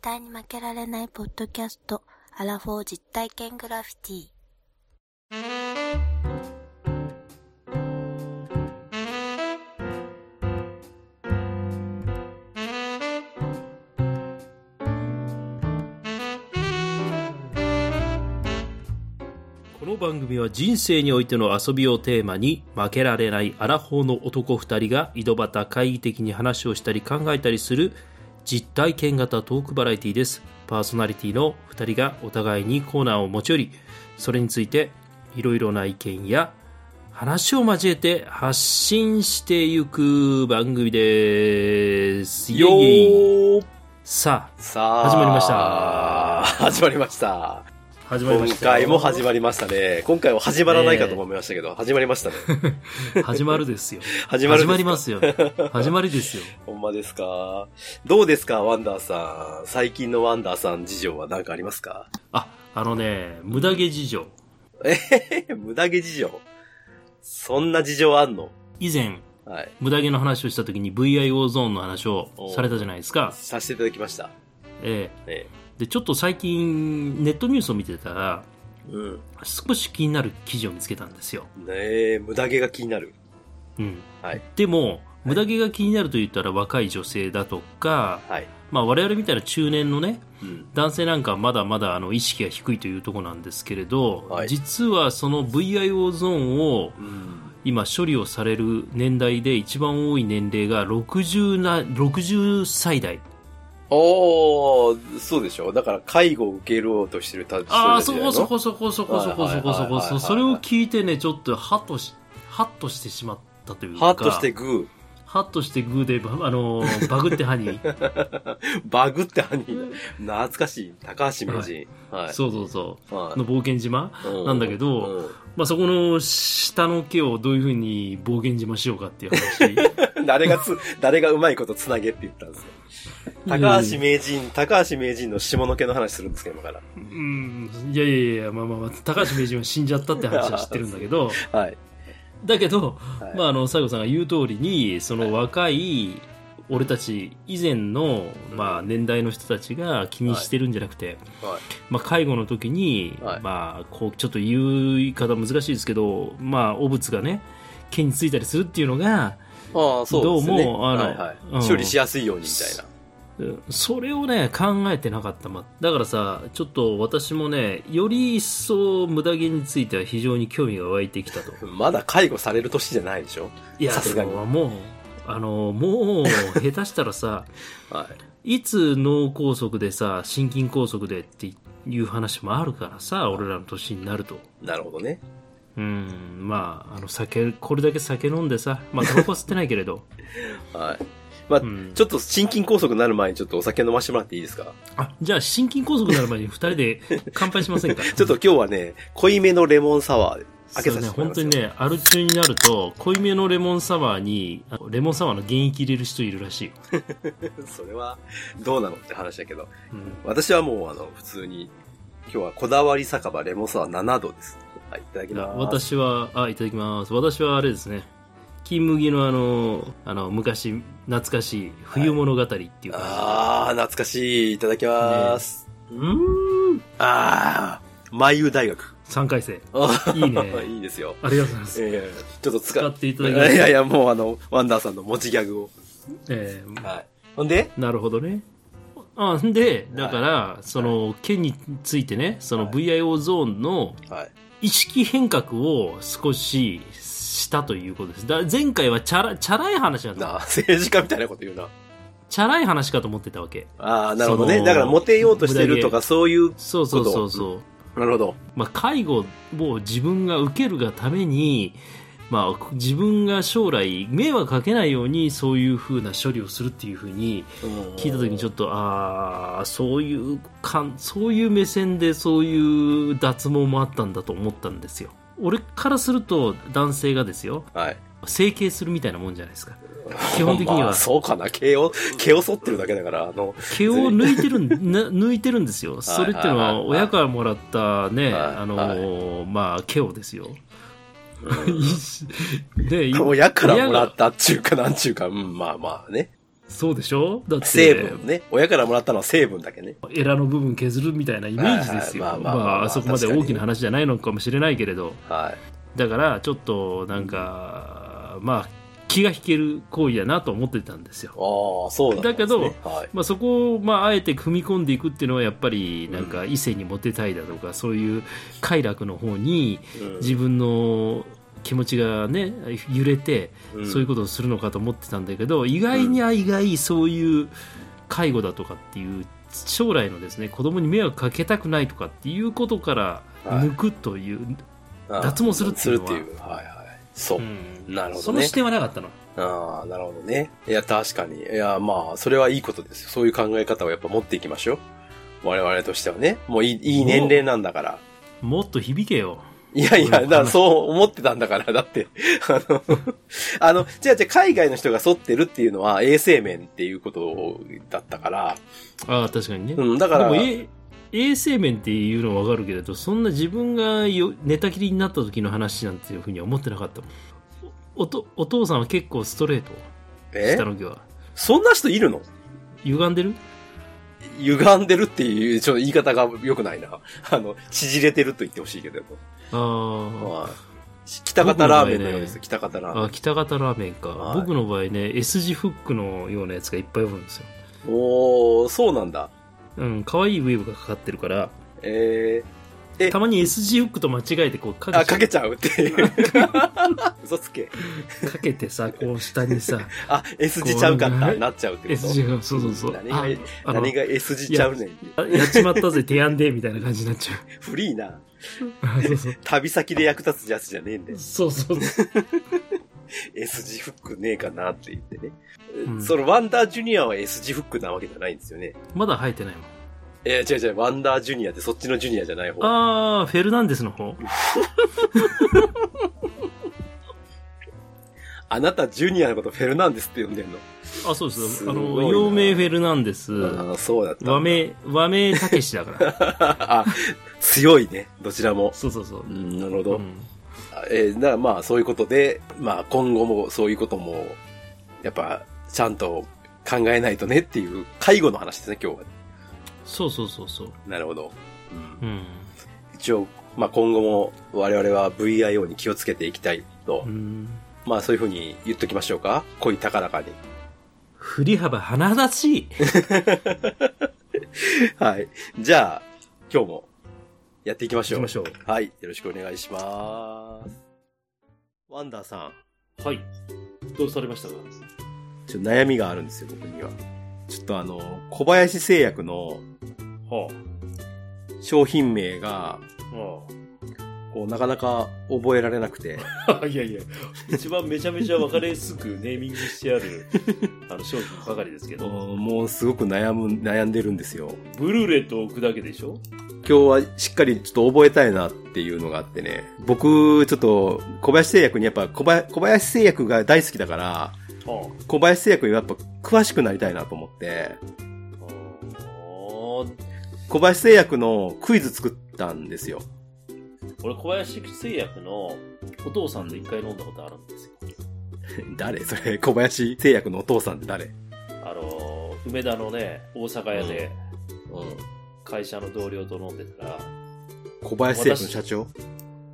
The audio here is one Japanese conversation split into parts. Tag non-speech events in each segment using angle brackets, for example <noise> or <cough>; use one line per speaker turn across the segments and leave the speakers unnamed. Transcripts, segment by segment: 対に負けられないポッドキャスト、アラフォー実体験グラフィティ。
この番組は人生においての遊びをテーマに負けられないアラフォーの男2人が井戸端会議的に話をしたり考えたりする実体験型トークバラエティですパーソナリティの2人がお互いにコーナーを持ち寄りそれについていろいろな意見や話を交えて発信していく番組ですイエイ
よー
さあ
さあ、
始まりました。
始まりました。
始まりま
今
した
回も始
る
まりましたね。今回は始まらないかと思いましたけど、始まりましたね。
<laughs> 始まるですよ
始まるんですか
りますよ始まりですよ
ほんまですかどうですか、ワンダーさん。最近のワンダーさん事情は何かありますか
あ、あのね、無駄毛事情。
無駄毛事情。そんな事情あんの
以前、
はい。
無駄毛の話をした時に VIO ゾーンの話をされたじゃないですか。
させていただきました。
え
ね、
えで、ちょっと最近、ネットニュースを見てたら、
うん。
少し気になる記事を見つけたんですよ。
ねえ、無駄毛が気になる。
うん。
はい
でも、無駄毛が気になると言ったら若い女性だとか、
はい。
まあ我々みたいな中年のね、
うん。
男性なんかはまだまだあの意識が低いというところなんですけれど、
はい
実はその VIO ゾーンを
うん。
今処理をされる年代で一番多い年齢が60な60歳代
おー、そうでしょだから介護を受けようとしてるた人たちじゃ
あ
な
あ
い
そ
の
こそこそこそこそこそこそこ
はいはいはいはいは
そ
い
それを聞いてねちょっとハッとしハッとしてしまったというか
ハッとしてグ
ハッとしてグーでばあのーバグってハニー
ー。バグって犯人だ。懐かしい。高橋名人。はい。
そうそうそ
は
うの冒険島、
い
なんだけど、まあ、そこの下の毛をどういうふうに冒険島しようかっていう話
うん <laughs> 誰がつ、誰がうまいことつなげって言ったんですよ。高橋名人、高橋名人の下の毛の話するんですけど、今から。
うんいやいやいやまあまあまあ高橋名人は死んじゃったって話は知ってるんだけど
はい。
だけど
はい
まあ、あの西郷さんが言う通りにその若い俺たち以前の、まあ、年代の人たちが気にしてるんじゃなくて、
はい
まあ、介護の時に、
はい
まあ、こうちょっと言い方難しいですけど、まあ、汚物がね毛についたりするっていうのが
ああ、そうですね。
どうもあの
はいはい
うん
処理しやすいようにみたいな。
うんそれをね考えてなかった、まあ、だからさちょっと私もねより一層無駄毛については非常に興味が湧いてきたと
まだ介護される年じゃ <laughs> ないでしょ
いや
さすがに
でももうあのも
<laughs>
う下手したらさ
はい。
いつ脳梗塞でさ心筋梗塞でっていう話もあるからさ俺らの年になると
なるほどね。
うんまああの酒これだけ酒飲んでさまあタバコは吸ってないけれ
<laughs>
ど
はい。まあ、
うん
ちょっと心筋梗塞になる前にちょっとお酒飲ませてもらっていいですか
あじゃあ心筋梗塞になる前に二人で乾杯しませんか
<laughs> ちょっと今日はね、濃いめのレモンサワー開け
そうね
させてもらい
本
ま
当
すよ
にねアル中になると濃いめのレモンサワーにあのレモンサワーの原液入れる人いるらしいよ、
<laughs> それはどうなのって話だけど、
うん
私はもうあの、普通に、今日はこだわり酒場レモンサワー7度です。はい、いただき
いや
ます。
私はあいただきます私はあれですね金麦のあのあの昔懐かしい冬物語っていう感じで、
あー、懐かしい。いただきます。
うん
あー、マユ大学。
3回生
あ
い <laughs> いね
ー <laughs> いいですよ。
ありがとうございます、え
えーちょっと使
使っていただき
<laughs> い
ます
やいや、もうあの、ワンダーさんの持ちギャグを。
え
はい。ほんで
なるほどねあんでだから、その件についてねその
はい
VIO ゾーンの
はい。
意識変革を少ししたということですだ前回はチャラチャラい話だと
なあ、 <laughs> 政治家みたいなこと言うな。
チャラい話かと思ってたわけ
あー、なるほど
そ
ね。
の
だから、モテようとしてるとか、そういう、
そうそうそうそう
なるほど。
まあ、介護を自分が受けるがために、まあ、自分が将来迷惑かけないようにそういうふうな処理をするっていうふうに聞いた時にちょ
っ
っとああそういうかんそういう目線でそういう脱毛もあったんだと思ったんですよ俺からすると男性がですよ
と。はい。
整形するみたいなもんじゃないですか基本的に
<laughs> ま
は
あ、そうかな。毛を、毛を剃ってるだけだから、あの、
毛を抜いてるん <laughs> な抜いてるんですよそれっていうのは
はいはいはいはい
親からもらったね、
はい
あのーまあ毛をですよで <laughs>
親からもらったっちゅうか、なんちゅうか、うん、まあまあね。
そうでしょだって
成分ね。親からもらったのは成分だけね。
エラの部分削るみたいなイメージですよ
はいはい
ま
まあまあまあまあ
ああそこまで大きな話じゃないのかもしれないけれど
はい。
だからちょっとなんかまあ気が引ける行為だなと思ってたんですよ
ああ、そうだったんですね、
だ
はい。
まあ、そこを、まあ、あえて踏み込んでいくっていうのはやっぱりなんか異性にモテたいだとか、そういう快楽の方に
うん
自分の気持ちがね揺れて、
うん
そういうことをするのかと思ってたんだけど意外にあ意外そういう介護だとかっていう将来のですね子供に迷惑かけたくないとかっていうことから
はい
抜くという、
ああ
脱毛するっていうのは
するっていう。はいはい。そう。
うん
なるほどね
その視点はなかったの
ああ、なるほどね。いや、確かに。いや、まあ、それはいいことですよ。そういう考え方をやっぱ持っていきましょう。我々としてはね。もういい、いい年齢なんだから。
もっと響けよ
いやいや、だからそう思ってたんだから、だって。 <laughs> あの、あの、じゃあじゃあ海外の人が剃ってるっていうのは衛生面っていうことだったから。
ああ確かにね、
うん、だから。
でもえ衛生面っていうのはわかるけれどそんな自分がよ寝たきりになった時の話なんていうふうには思ってなかったもんおおとお父さんは結構ストレート
え
下の毛は
そんな人いるの
歪んでる
歪んでるっていう、ちょっと言い方が良くないな。あの、縮れてると言ってほしいけど。
あ
はい北方ラーメンのようです。北方ラ
ー
ーメ
あ北方ラーメンか、
はい
僕の場合ね S 字フックのようなやつがいっぱいおるんですよ
ン。おー、そうなんだ。
うん可愛いウェーブがかかってるから
ええ
たまに S 字フックと間違えてこうか
ー、あ、か
け
け
ち
ちゃうって
<laughs>
いう。嘘つけ。
ゃうかけてさこう下に
<laughs>
さ
あ、S 字ちゃうかっ
こ
た。
う
なっちゃうってこ
S 字
と
がそうそうそう
何が
ああの
何が S 字ちゃうねん。
あやっちまったぜ提案でみたいな感じになっちゃう
フリーな。
あそうそう
旅先で役立つやつじゃねえんだよ。
そうそう。
S 字フックねえかなって言ってね。
ん
そのワンダージュニアは S 字フックなわけじゃないんですよね。
まだ生えてないもん。
えー、違う違う、ワンダージュニアってそっちのジュニアじゃない方。
あー、フェルナンデスの方
あなたジュニアのことフェルナンデスって呼んでんの。
あ、そうですす。
ご
あ
いな
の、陽明フェルナンデス、
ああ、そうだった。
和名、和名たけしだから。 <laughs>
あ、強いね、どちらも。
そうそうそう
う。ん、なるほ
う
ど。
ん
えー、なまあ、そういうことで、まあ、今後もそういうことも、やっぱ、ちゃんと考えないとねっていう、介護の話ですね、今日は。
そうそうそうそう。
なるほど。
うん。
一応、まあ、今後も我々は VIO に気をつけていきたいと
う、ん
まあ、そういうふうに言っときましょうか。恋高らかに。
振り幅華だしい。
<laughs> はい。じゃあ、今日もやっていきましょう。
行きましょ
はい。よろしくお願いします。ワンダーさん、
う。はい。どうされましたか
ちょっと悩みがあるんですよ、僕には。ちょっとあの、小林製薬の
は
商品名が、こう、なかなか覚えられなくて。
あ。 <laughs> いやいや、一番めちゃめちゃ分かりやすくネーミングしてある、あの、商品ばかりですけ <laughs>
う。んもうすごく悩む、悩んでるんですよ。
ブルーレと置くだけでしょ
今日はしっかりちょっと覚えたいなっていうのがあってね。僕、ちょっと、小林製薬にやっぱ小林、小林製薬が大好きだから、
は
小林製薬にやっぱ詳しくなりたいなと思って、
あ。
小林製薬のクイズ作ったんですよ。 <laughs>
俺小林製薬のお父さんと一回飲んだことあるんですよ
誰それ、小林製薬のお父さんって誰
あの梅田のね大阪屋で会社の同僚と飲んでたら、
小林製薬の社長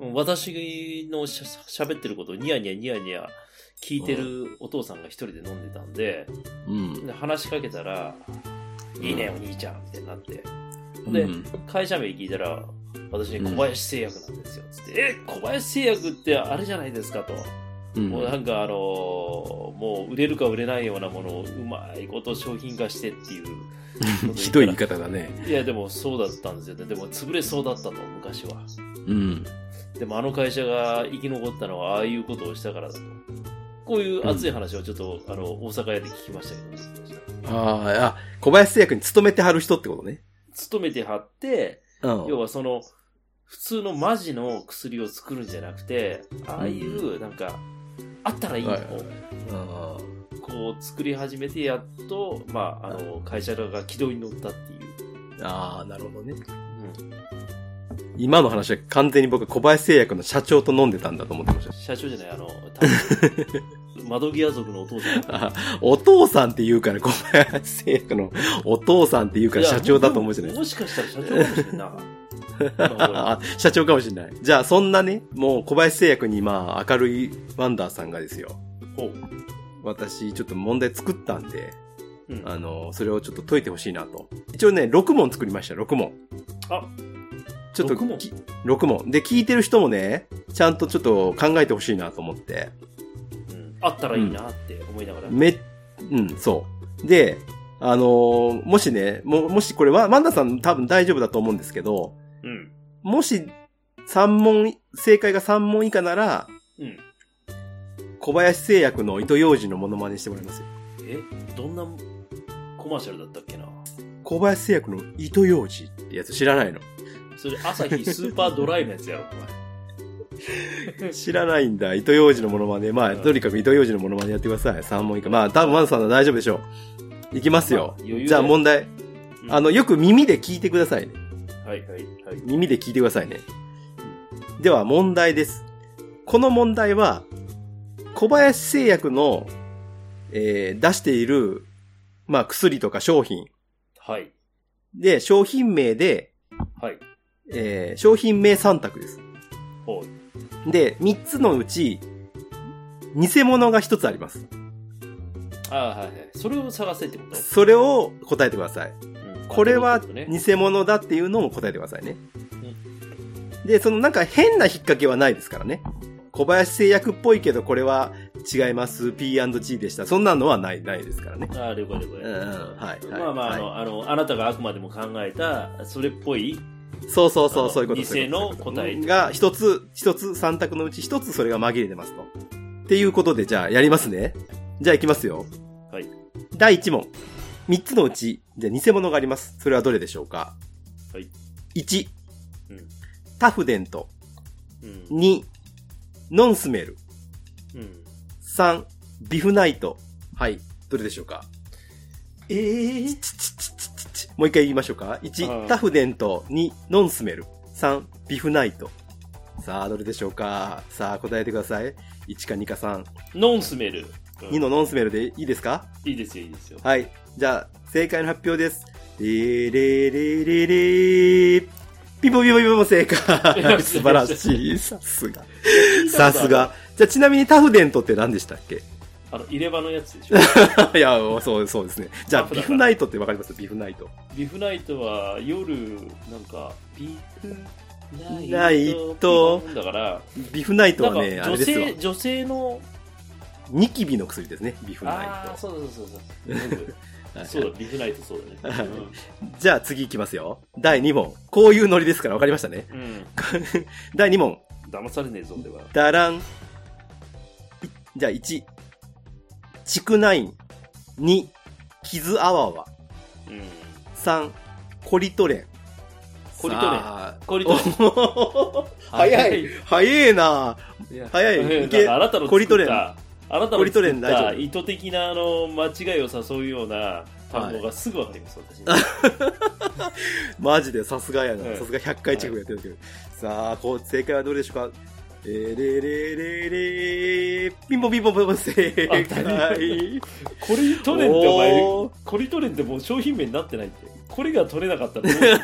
うん私のしゃ喋ってることをニヤニヤニヤニヤ聞いてるお父さんが一人で飲んでたんで
うん。
で話しかけたら「いいねお兄ちゃん」ってなってで
うん
会社名聞いたら私に小林製薬なんですよ。つって、え、小林製薬ってあれじゃないですかと。
うん
もうなんかあのーもう売れるか売れないようなものをうまいこと商品化してっていう
<laughs> ひどい言い方だね。
いやでもそうだったんですよねでも潰れそうだったと昔は
うん。
でもあの会社が生き残ったのはああいうことをしたからだとこういう熱い話をちょっと、あの大阪屋で聞きましたけど
ああ、あ、小林製薬に勤めてはる人ってことね。
勤めてはって
うん。
要はその普通のマジの薬を作るんじゃなくてああいうなんかあったらいいの、
はいはいあー
こう作り始めてやっと、まあ、あの会社が軌道に乗ったっていう、
あー、なるほどね。今の話は完全に僕小林製薬の社長と飲んでたんだと思ってました。 <laughs>
社長じゃないあの窓際族のお父さん。
あお父さんって言うから、小林製薬のお父さんって言うから社長だと思うじゃない
や
い
もしかしたら社長かもしれんな。
<laughs>
今思えば
あ社長かもしれない。じゃあ、そんなね、もう小林製薬にまあ、明るいワンダーさんがですよ。
ほう
私、ちょっと問題作ったんで、
うん
あの、それをちょっと解いてほしいなと。一応ね、6問作りました、6問。
あ、
ちょっと
6問
き、6問。で、聞いてる人もね、ちゃんとちょっと考えてほしいなと思って。
うんあったらいいなって思いながら。
め、うん、そう。で、あのーもしね、も、もしこれは、ワンダさん多分大丈夫だと思うんですけど、
うん。
もし、3問、正解が3問以下なら、
うん。
小林製薬の糸用事のモノマネしてもらいますよ。
え、どんなコマーシャルだったっけな。
小林製薬の糸用事ってやつ知らないの
それ、朝日スーパードライのやつやろ、お前。
知らないんだ。糸用事のモノマネ。まあ、とにかく糸用事のモノマネやってください。3問以下。まあ、多分ワンダさんは大丈夫でしょう。いきますよ。
まあ余裕
じゃあ問
う
題。
ん
あの、よく耳で聞いてくださいね。
はいはいはい。
耳で聞いてくださいね。では問題です。この問題は、小林製薬の、えー出している、まあ、薬とか商品。
はい。
で、商品名で、
はい。
えー商品名3択です。
ほう。
で、3つのうち、偽物が1つあります。
ああ、はいはい。それを探せってこと
それを答えてください。
うん
これ
な
は
るほどね
偽物だっていうのも答えてくださいね。で、そのなんか変な引っ掛けはないですからね。小林製薬っぽいけどこれは違います。P&G でした。そんなのはない、ないですからね。
ああ、了解了解。
うんうんはいはい
まあまあ、あの、あの、あなたがあくまでも考えた、それっぽい、
そうそう
あ
そ
の
う、そういうことです。
偽の
そういうこと
答え
が一つ、一つ、三択のうち一つそれが紛れてますと。っていうことで、じゃあやりますね。じゃあいきますよ。
はい。
第1問。3つのうち、じゃあ偽物があります。それはどれでしょうか
はい。
?1、
うん
タフデント。
うん。
2、ノンスメル。
うん。
3、ビフナイト。はい。どれでしょうか
ええ
もう一回言いましょうか。
う
1、
ん
タフデント。2、ノンスメル。3、ビフナイト。さあ、どれでしょうかさあ、答えてください。1か2か3。
ノンスメル。うん
2のノンスメルでいいですか
いいですよ、いいですよ。
はい。じゃあ、正解の発表です。レレレレレピンポンピンポンピンポン正解。素晴らしい。さすが。 <laughs> さすが。じゃあ、ちなみにタフデントって何でしたっけ
あの、入れ歯のやつ
<laughs>
でしょ。
いや、そう、そうですね。じゃあ、
タフだから
ビフナイトってわかりますビフナイト。
ビフナイトは夜、なんか、ビフナ
ナ
イ
イ
ト
ト。
だから、
ビフナイト
なん
は
か
ね、あれ
女
ですわ
性、。女性の、
ニキビの薬ですね、ビフ
あ
ナ
あ、そうそうそ
<laughs>
うそう。
イト。
そうだ、ビフナイトそうだ
<laughs>
ね。
じゃあ次いきますよ。第2問。こういうノリですからわかりましたね。 <laughs>
うん。うん
第2問。
騙されねえぞ、俺は。
ダラン。いじゃあ1。チクナイン。2。キズアワワ。
うん。
3。コリトレン。
コリトレン
さあ
コリトレン
お早い。早いな早い。いけ。
あなたの
コリト
作
レ
っ
ン
た、あなた
コ
の
リトレ
作
ン
っ
大丈
た
夫
意図的なあの間違いを誘うような単語がすぐわかります、私。
マジでさすがや
うん
な。さすが100回近くやってるけど。さあ、こう、正解はどれでしょうかえーれれれれーピンポンピンポンピンポン正解。
あ足りコリトレンってお前、
おー
コリトレンってもう商品名になってないって。これが取れなかったらどう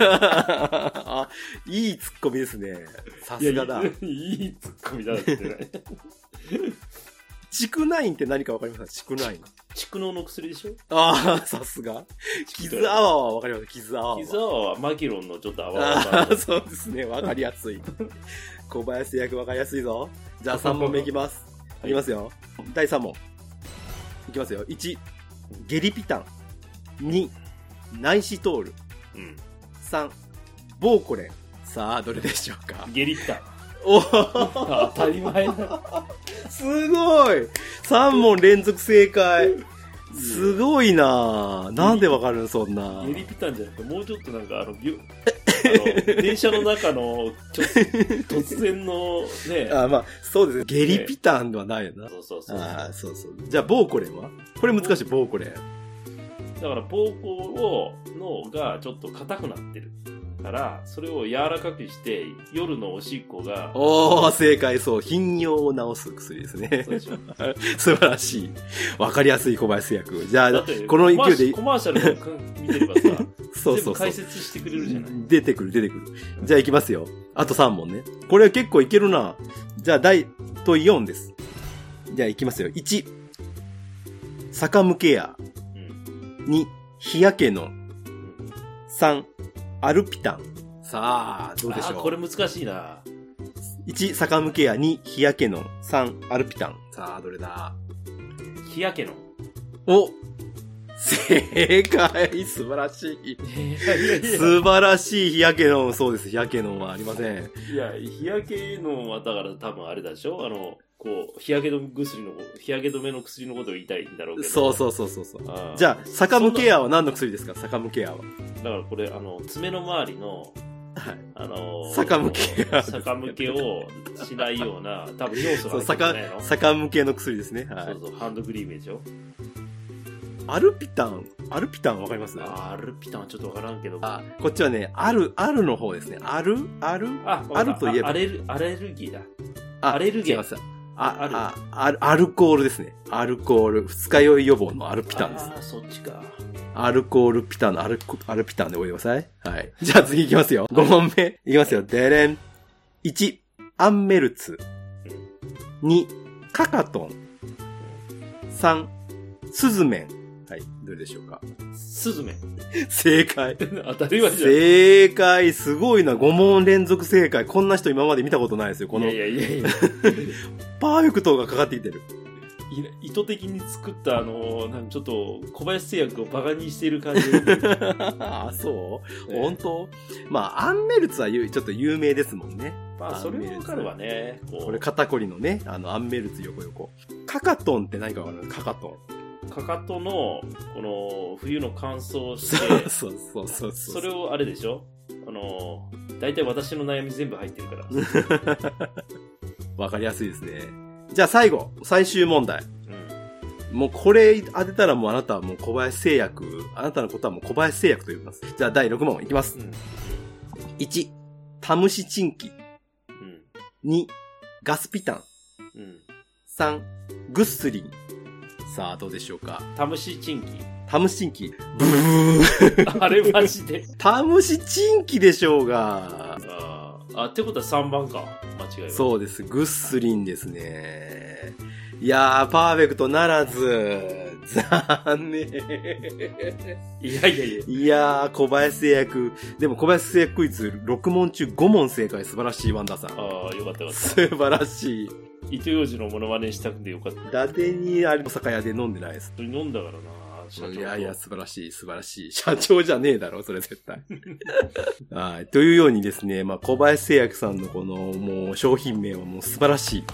<laughs> あいいツッコミですね。さすがだ
い。やいいいいツッコミだなってね。
<laughs> チクナインって何かわかりますかチクナイン。
蓄膿の薬でしょ
ああ、さすが。キズアワはわかりますキズアワは。
キザワはマキロンのちょっと泡
あ
々
<laughs> あ、そうですね。わかりやす <laughs> い。小林役わかりやすいぞ。じゃあ3問目いきます。
はい
い、きますよ。第3問。いきますよ。1、ゲリピタン。2、ナイシトール。
うん。
3、ボーコレン。さあ、どれでしょうか
ゲリッタ。
お
<laughs> 当たり前だ。
<laughs> すごい !3 問連続正解。すごいなあなんでわかるのそんな。
ゲリピタンじゃなくて、もうちょっとなんかあの、
<laughs>
びゅあの電車の中のちょ突然のね、
<laughs> あまあ、そうですね。ゲリピタンはないよな。
そうそうそう。
ああ、そうそう。じゃあ、ボーコレンはこれ難しい、ボーコレン。
だから膀胱を、脳がちょっと硬くなってる。から、それを柔らかくして、夜のおしっこが、
おー、正解、そう。頻尿を治す薬ですね
そう。でしょ
素晴らしい。わかりやすい小林製薬。 <laughs> じゃあ
だって、、
この勢いで
コ、マーシャルコマーシャルの見てればさ、
<laughs> そ
全
うそ
部
うそう
解。説してくれるじゃない。
出てくる、出てくる。じゃあ行きますよ。あと3問ね。これは結構いけるな。じゃあ、第問4です。じゃあ行きますよ。1、坂向けや。
うん
2、日焼けの。
うん
3、アルピタン。さあ、どうでし
あ
ょ
ー
う。
これ難しいな。
1、坂向けや。2、日焼けの。3、アルピタン。さあ、どれだ
日焼け
<laughs>
の。
お正解素晴らしい。
いやいやいや
素晴らしい日焼けの、そうです。日焼けのはありません。
いや、日焼けのはだから多分あれだでしょあの、こう、日焼け止め薬のこと、日焼け止めの薬のことを言いたいんだろうけど。
そうそうそうそうそう。
あー
じゃあ、坂向ケアは何の薬ですか坂向ケアは。
だからこれ、あの、爪の周りの、
はい。
あのー、
逆向け
坂向けをしないような、多分要素
そう、
が入ってるんじ
坂
ゃない、の
坂向けの薬ですね。はい。
そうそう、ハンドクリームでしょ
アルピタン、アルピタンわかります
あーアルピタンはちょっとわからんけど。
あ、こっちはね、アル、アルの方ですね。アル、アル、
あ、
あるといえば
アレル、アレルギーだ。
あ
アレルゲン
違います。
アル
あ、あ、アル、アルコールですね。アルコール。二日酔い予防のアルピタンです
あ。ーそっちか。
アルコールピタンのアルコ、アルピタンで覚えてください。はい。じゃあ次いきますよ。5問目。いきますよ。デレン。1、アンメルツ。2、カカトン。3、スズメン。はい。どれでしょうか。
スズメ。 <laughs>
正 <laughs> 解。
当たり前じゃん。
正解。すごいな。5問連続正解。こんな人今まで見たことないですよ。この
い、やいやいやいや。
パーフェクトがかかってきてる。
いな意図的に作ったあのなんかちょっと小林製薬をバカにしている感
<laughs>
じ、ね
<laughs> あ、そう本当まあ、アンメルツはゆちょっと有名ですもんね。
まあそれもわかるわねこう
これ肩こりのね、あの、アンメルツ横横。カカトンって何かわかるカカト
かかとのこの冬の乾燥
ン。
し
そう
て
そうそうそうそ
そ
う。
れをあれでしょあの大体私の悩み全部入ってるから、うん、
わかりやすいですね。じゃあ最後、最終問題。もうこれ当てたらもうあなたはもう小林製薬、あなたのことはもう小林製薬と呼びます。じゃあ第6問いきます
う。ん
1、タムシチンキ。
うん
2、ガスピタン。
うん
3、グッスリン。さあ、どうでしょうか。
タムシチンキ
タムシチンキ。ブー。
<laughs> あれマジ
<laughs>
で
タムシチンキでしょうが。
あーあってことは3番か間違いは
そうです。ぐっすりんですね。いやー、パーフェクトならず。残念。
いやいやいや
いやー、小林製薬。でも小林製薬クイズ6問中5問正解。素晴らしい、ワンダさん。
ああよかったよかった
素晴らしい。
糸ようじのモノマネしたくてよかった
伊達にあれ、お酒屋で飲んでないです。
飲んだからな社長と
いやいや、素晴らしい、素晴らしい。社長じゃねえだろ、それ絶対。 <laughs> はい。というようにですね、まあ、小林製薬さんのこの、もう、商品名はもう素晴らしい。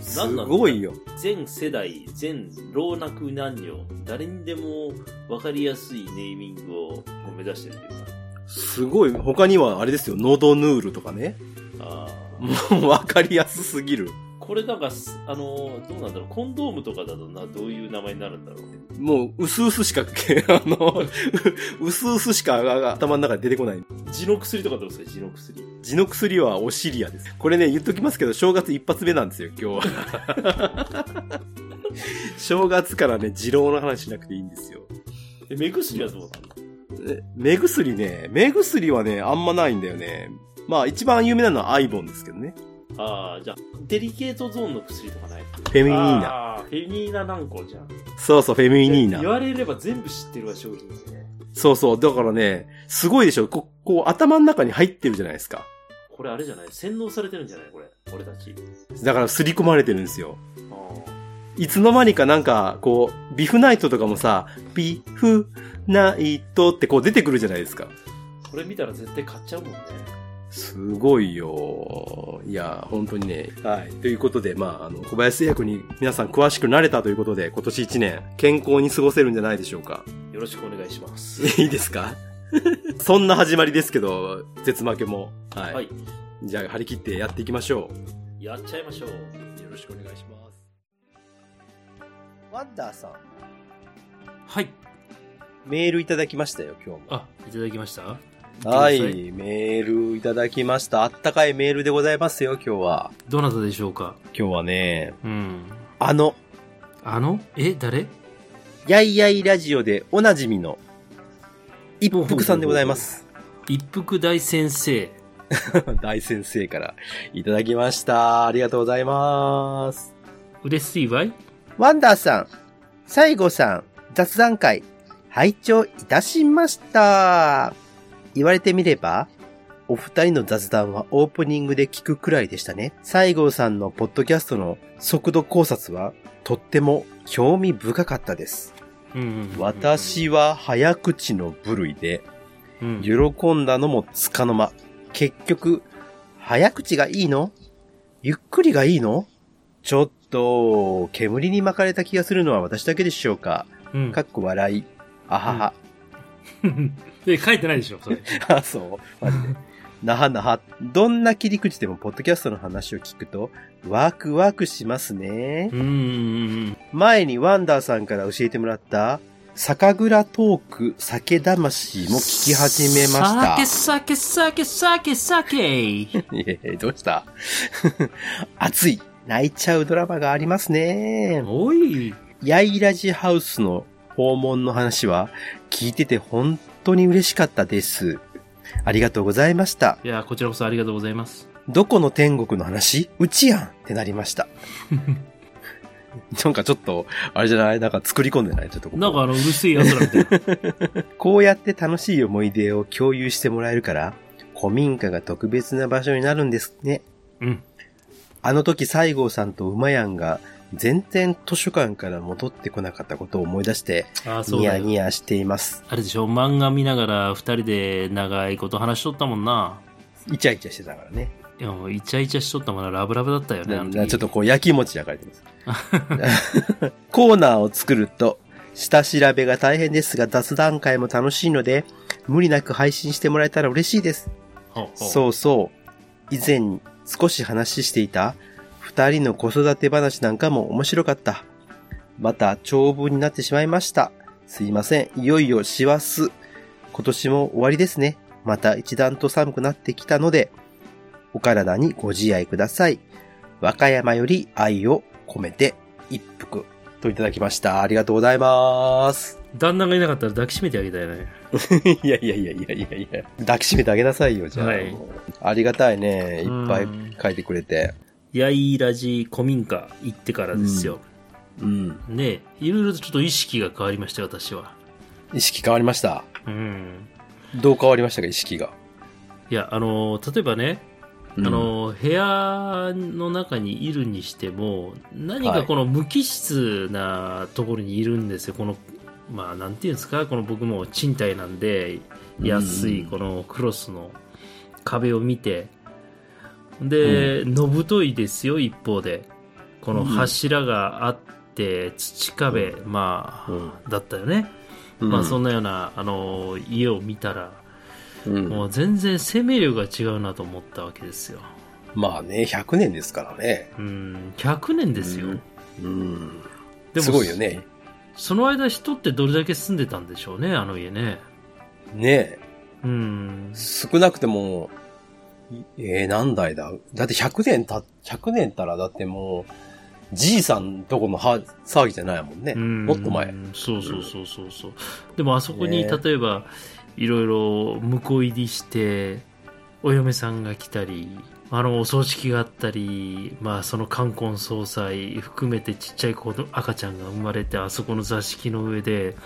す
何なんだ
ごいよ。
全世代全老若男女誰にでも分かりやすいネーミングを目指してるっていうか
すごい。他には、あれですよ、ノドヌールとかね。 <laughs>
あー
もう、わかりやすすぎる。
これなんかすあのーどうなんだろうコンドームとかだとなどういう名前になるんだろうね
もう、薄々しか、 <laughs> あの、 <laughs> 薄々しか頭の中で出てこない。
地の薬とかどうですか地の薬
地の薬はお尻やです。これね、言っときますけど、正月一発目なんですよ、今日は。 <laughs> 正月からね、地郎の話しなくていいんですよ。
え目薬はどうなんだ
え目薬ね、目薬はね、あんまないんだよね。まあ、一番有名なのはアイボンですけどね。
ああじゃあデリケートゾーンの薬とかない
フェミニーナ。
あーフェミニーナ何個じゃんフ
そうそう、フェミニーナ
言。われれば全部知ってるわ商品ですね
そうそう。だからね、すごいでしょ。ここう、頭の中に入ってるじゃないですか。
これあれじゃない洗脳されてるんじゃないこれ俺たち
だから、刷り込まれてるんですよ。
あー
いつの間にかなんか、こう、ビフナイトとかもさ、ビフナイトってこう出てくるじゃないですか。
これ見たら絶対買っちゃうもんね
すごいよ。いや、本当にね。はい。ということで、まあ、あの、小林製薬に皆さん詳しくなれたということで、今年1年、健康に過ごせるんじゃないでしょうか。 <laughs>
よろしくお願いします
いいですか <laughs> そんな始まりですけど、絶負けも。はい。
はい、
じゃあ、張り切ってやっていきましょう。
やっちゃいましょう。
よろしくお願いします。ワンダーさん、
はい。
メールいただきましたよ、今日も。
あ、いただきました
は
見てくださ
い、メールいただきました。あったかいメールでございますよ、今日は。
どなたでしょうか
今日はね、
うん。
あの、
あのえ誰
やいやいラジオでおなじみの、一服さんでございます。
一服大先生。
<laughs> 大先生からいただきました。ありがとうございます。
嬉しいわい
ワンダーさん、西郷さん、雑談会、拝聴いたしました。言われてみれば、お二人の雑談はオープニングで聞くくらいでしたね。西郷さんのポッドキャストの速度考察は、とっても興味深かったです。
うんうんうん、
私は早口の部類で、
うん、
喜んだのもつかの間。結局、早口がいいのゆっくりがいいのちょっと、煙に巻かれた気がするのは私だけでしょうか。
うん
かっこ笑い。あはは。
<laughs> え書いてないでしょ、それ。
あ、 <laughs> そう。マジ
<laughs>
で。なはなは。どんな切り口でも、ポッドキャストの話を聞くと、ワクワクしますね
う。んうん
前にワンダーさんから教えてもらった、酒蔵トーク、酒魂も聞き始めました。
酒、酒、酒、酒、酒。
<laughs> いえいえどうした熱い泣いちゃうドラマがありますね。
おい。
ヤイラジハウスの訪問の話は聞いてて本当に嬉しかったです。ありがとうございました。
いや、こちらこそありがとうございます。
どこの天国の話うちやんってなりました。 <laughs> なんかちょっと、あれじゃないなんか作り込んでないちょっとここ
なんかあの、うるせえ奴らみたいな。
こうやって楽しい思い出を共有してもらえるから、古民家が特別な場所になるんですね。
うん。
あの時西郷さんと馬やんが全然図書館から戻ってこなかったことを思い出して、
ああ、そう
ニ
だ
ヤ
よ
ニヤしています。
あれでしょ、漫画見ながら二人で長いこと話しとったもんな。
イチャイチャしてたからね。
いや、もうイチャイチャしとったもんな、ラブラブだったよね、あ
な
の
な
時
ちょっとこう焼き餅焼かれてます。 <laughs> コーナーを作ると、下調べが大変ですが雑談会も楽しいので、無理なく配信してもらえたら嬉しいです。
ほうほう
そうそう。以前少し話していた二人の子育て話なんかも面白かった。また長文になってしまいました。すいません。いよいよ師走。今年も終わりですね。また一段と寒くなってきたので、お体にご自愛ください。和歌山より愛を込めて一服といただきました。ありがとうございます。
旦那がいなかったら抱きしめてあげ <laughs> たいね。
いやいやいやいやいやいや。抱きしめてあげなさいよ、じゃあ。
はい
ありがたいね。いっぱ
う
い
ん
書いてくれて。
やいらじ古民家行ってからですよ。
うん。
ねえ、いろいろとちょっと意識が変わりましたよ、私は。
意識変わりました。
うん。
どう変わりましたか、意識が。
いや、あの、例えばね、
うん
あ、の、部屋の中にいるにしても、何
は
か
い
この無機質なところにいるんですよ。この、まあ、なんていうんですか、この僕も賃貸なんで、安
う
い
ん
このクロスの壁を見て、で、のぶといですよ、一方で。この柱があって、土壁、まあ、
うん
だったよね。
うん
まあ、そんなような、あの、家を見たら、
うん
もう全然生命力が違うなと思ったわけですよ。
まあね、100年ですからね。
うん、100年ですよ。
うんうん。
でも
すごいよね。
その間人ってどれだけ住んでたんでしょうね、あの家ね。
ね
うん
え、。少なくても、いえー、何代だだって100年た、100年たらだってもう、じいさんとこのは騒ぎじゃないもんね。
うん
もっと前。。
そうそうそうそうそう。でもあそこに、
ね
例えば、いろいろ向こう入りして、お嫁さんが来たり、あの、お葬式があったり、まあ、その冠婚葬祭含めてちっちゃい子の赤ちゃんが生まれて、あそこの座敷の上で、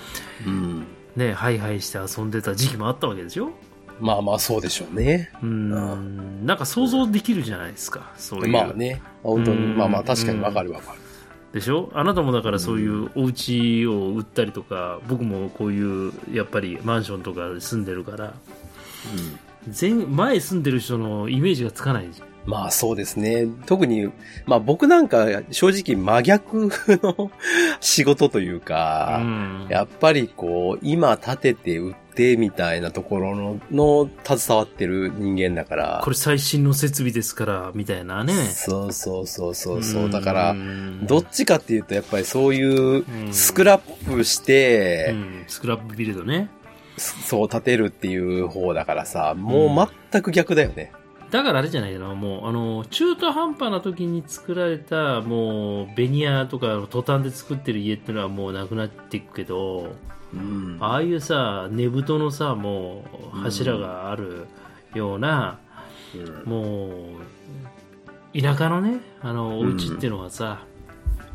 うん。
ね、ハイハイして遊んでた時期もあったわけでしょ
まあまあそうでしょうね。
うん、なんか想像できるじゃないですか、そういう。
まあね。本当に。
うん
まあまあ確かにわかるわかる。
でしょあなたもだからそういうお家を売ったりとか、僕もこういう、やっぱりマンションとかで住んでるから、前、前住んでる人のイメージがつかないじゃん。
まあそうですね。特に、まあ僕なんか正直真逆の <laughs> 仕事というか、
うん
やっぱりこう、今建てて売ってみたいなところの、の携わってる人間だから。
これ最新の設備ですから、みたいなね。
そうそうそうそうそう。だか
う
ら、
ん
どっちかっていうとやっぱりそういう
う、ん
スクラップし
う
て、
んスクラップビルドね。
そう立てるっていう方だからさ、もう全く逆だよね。
だからあれじゃないかな、もう、あの、中途半端な時に作られた、もう、ベニヤとか、トタンで作ってる家ってのはもうなくなっていくけど、
うん
ああいうさ、寝太のさ、もう、
うん
柱があるような、
うん
もう、田舎のね、あの、お
うん
家っていうのはさ、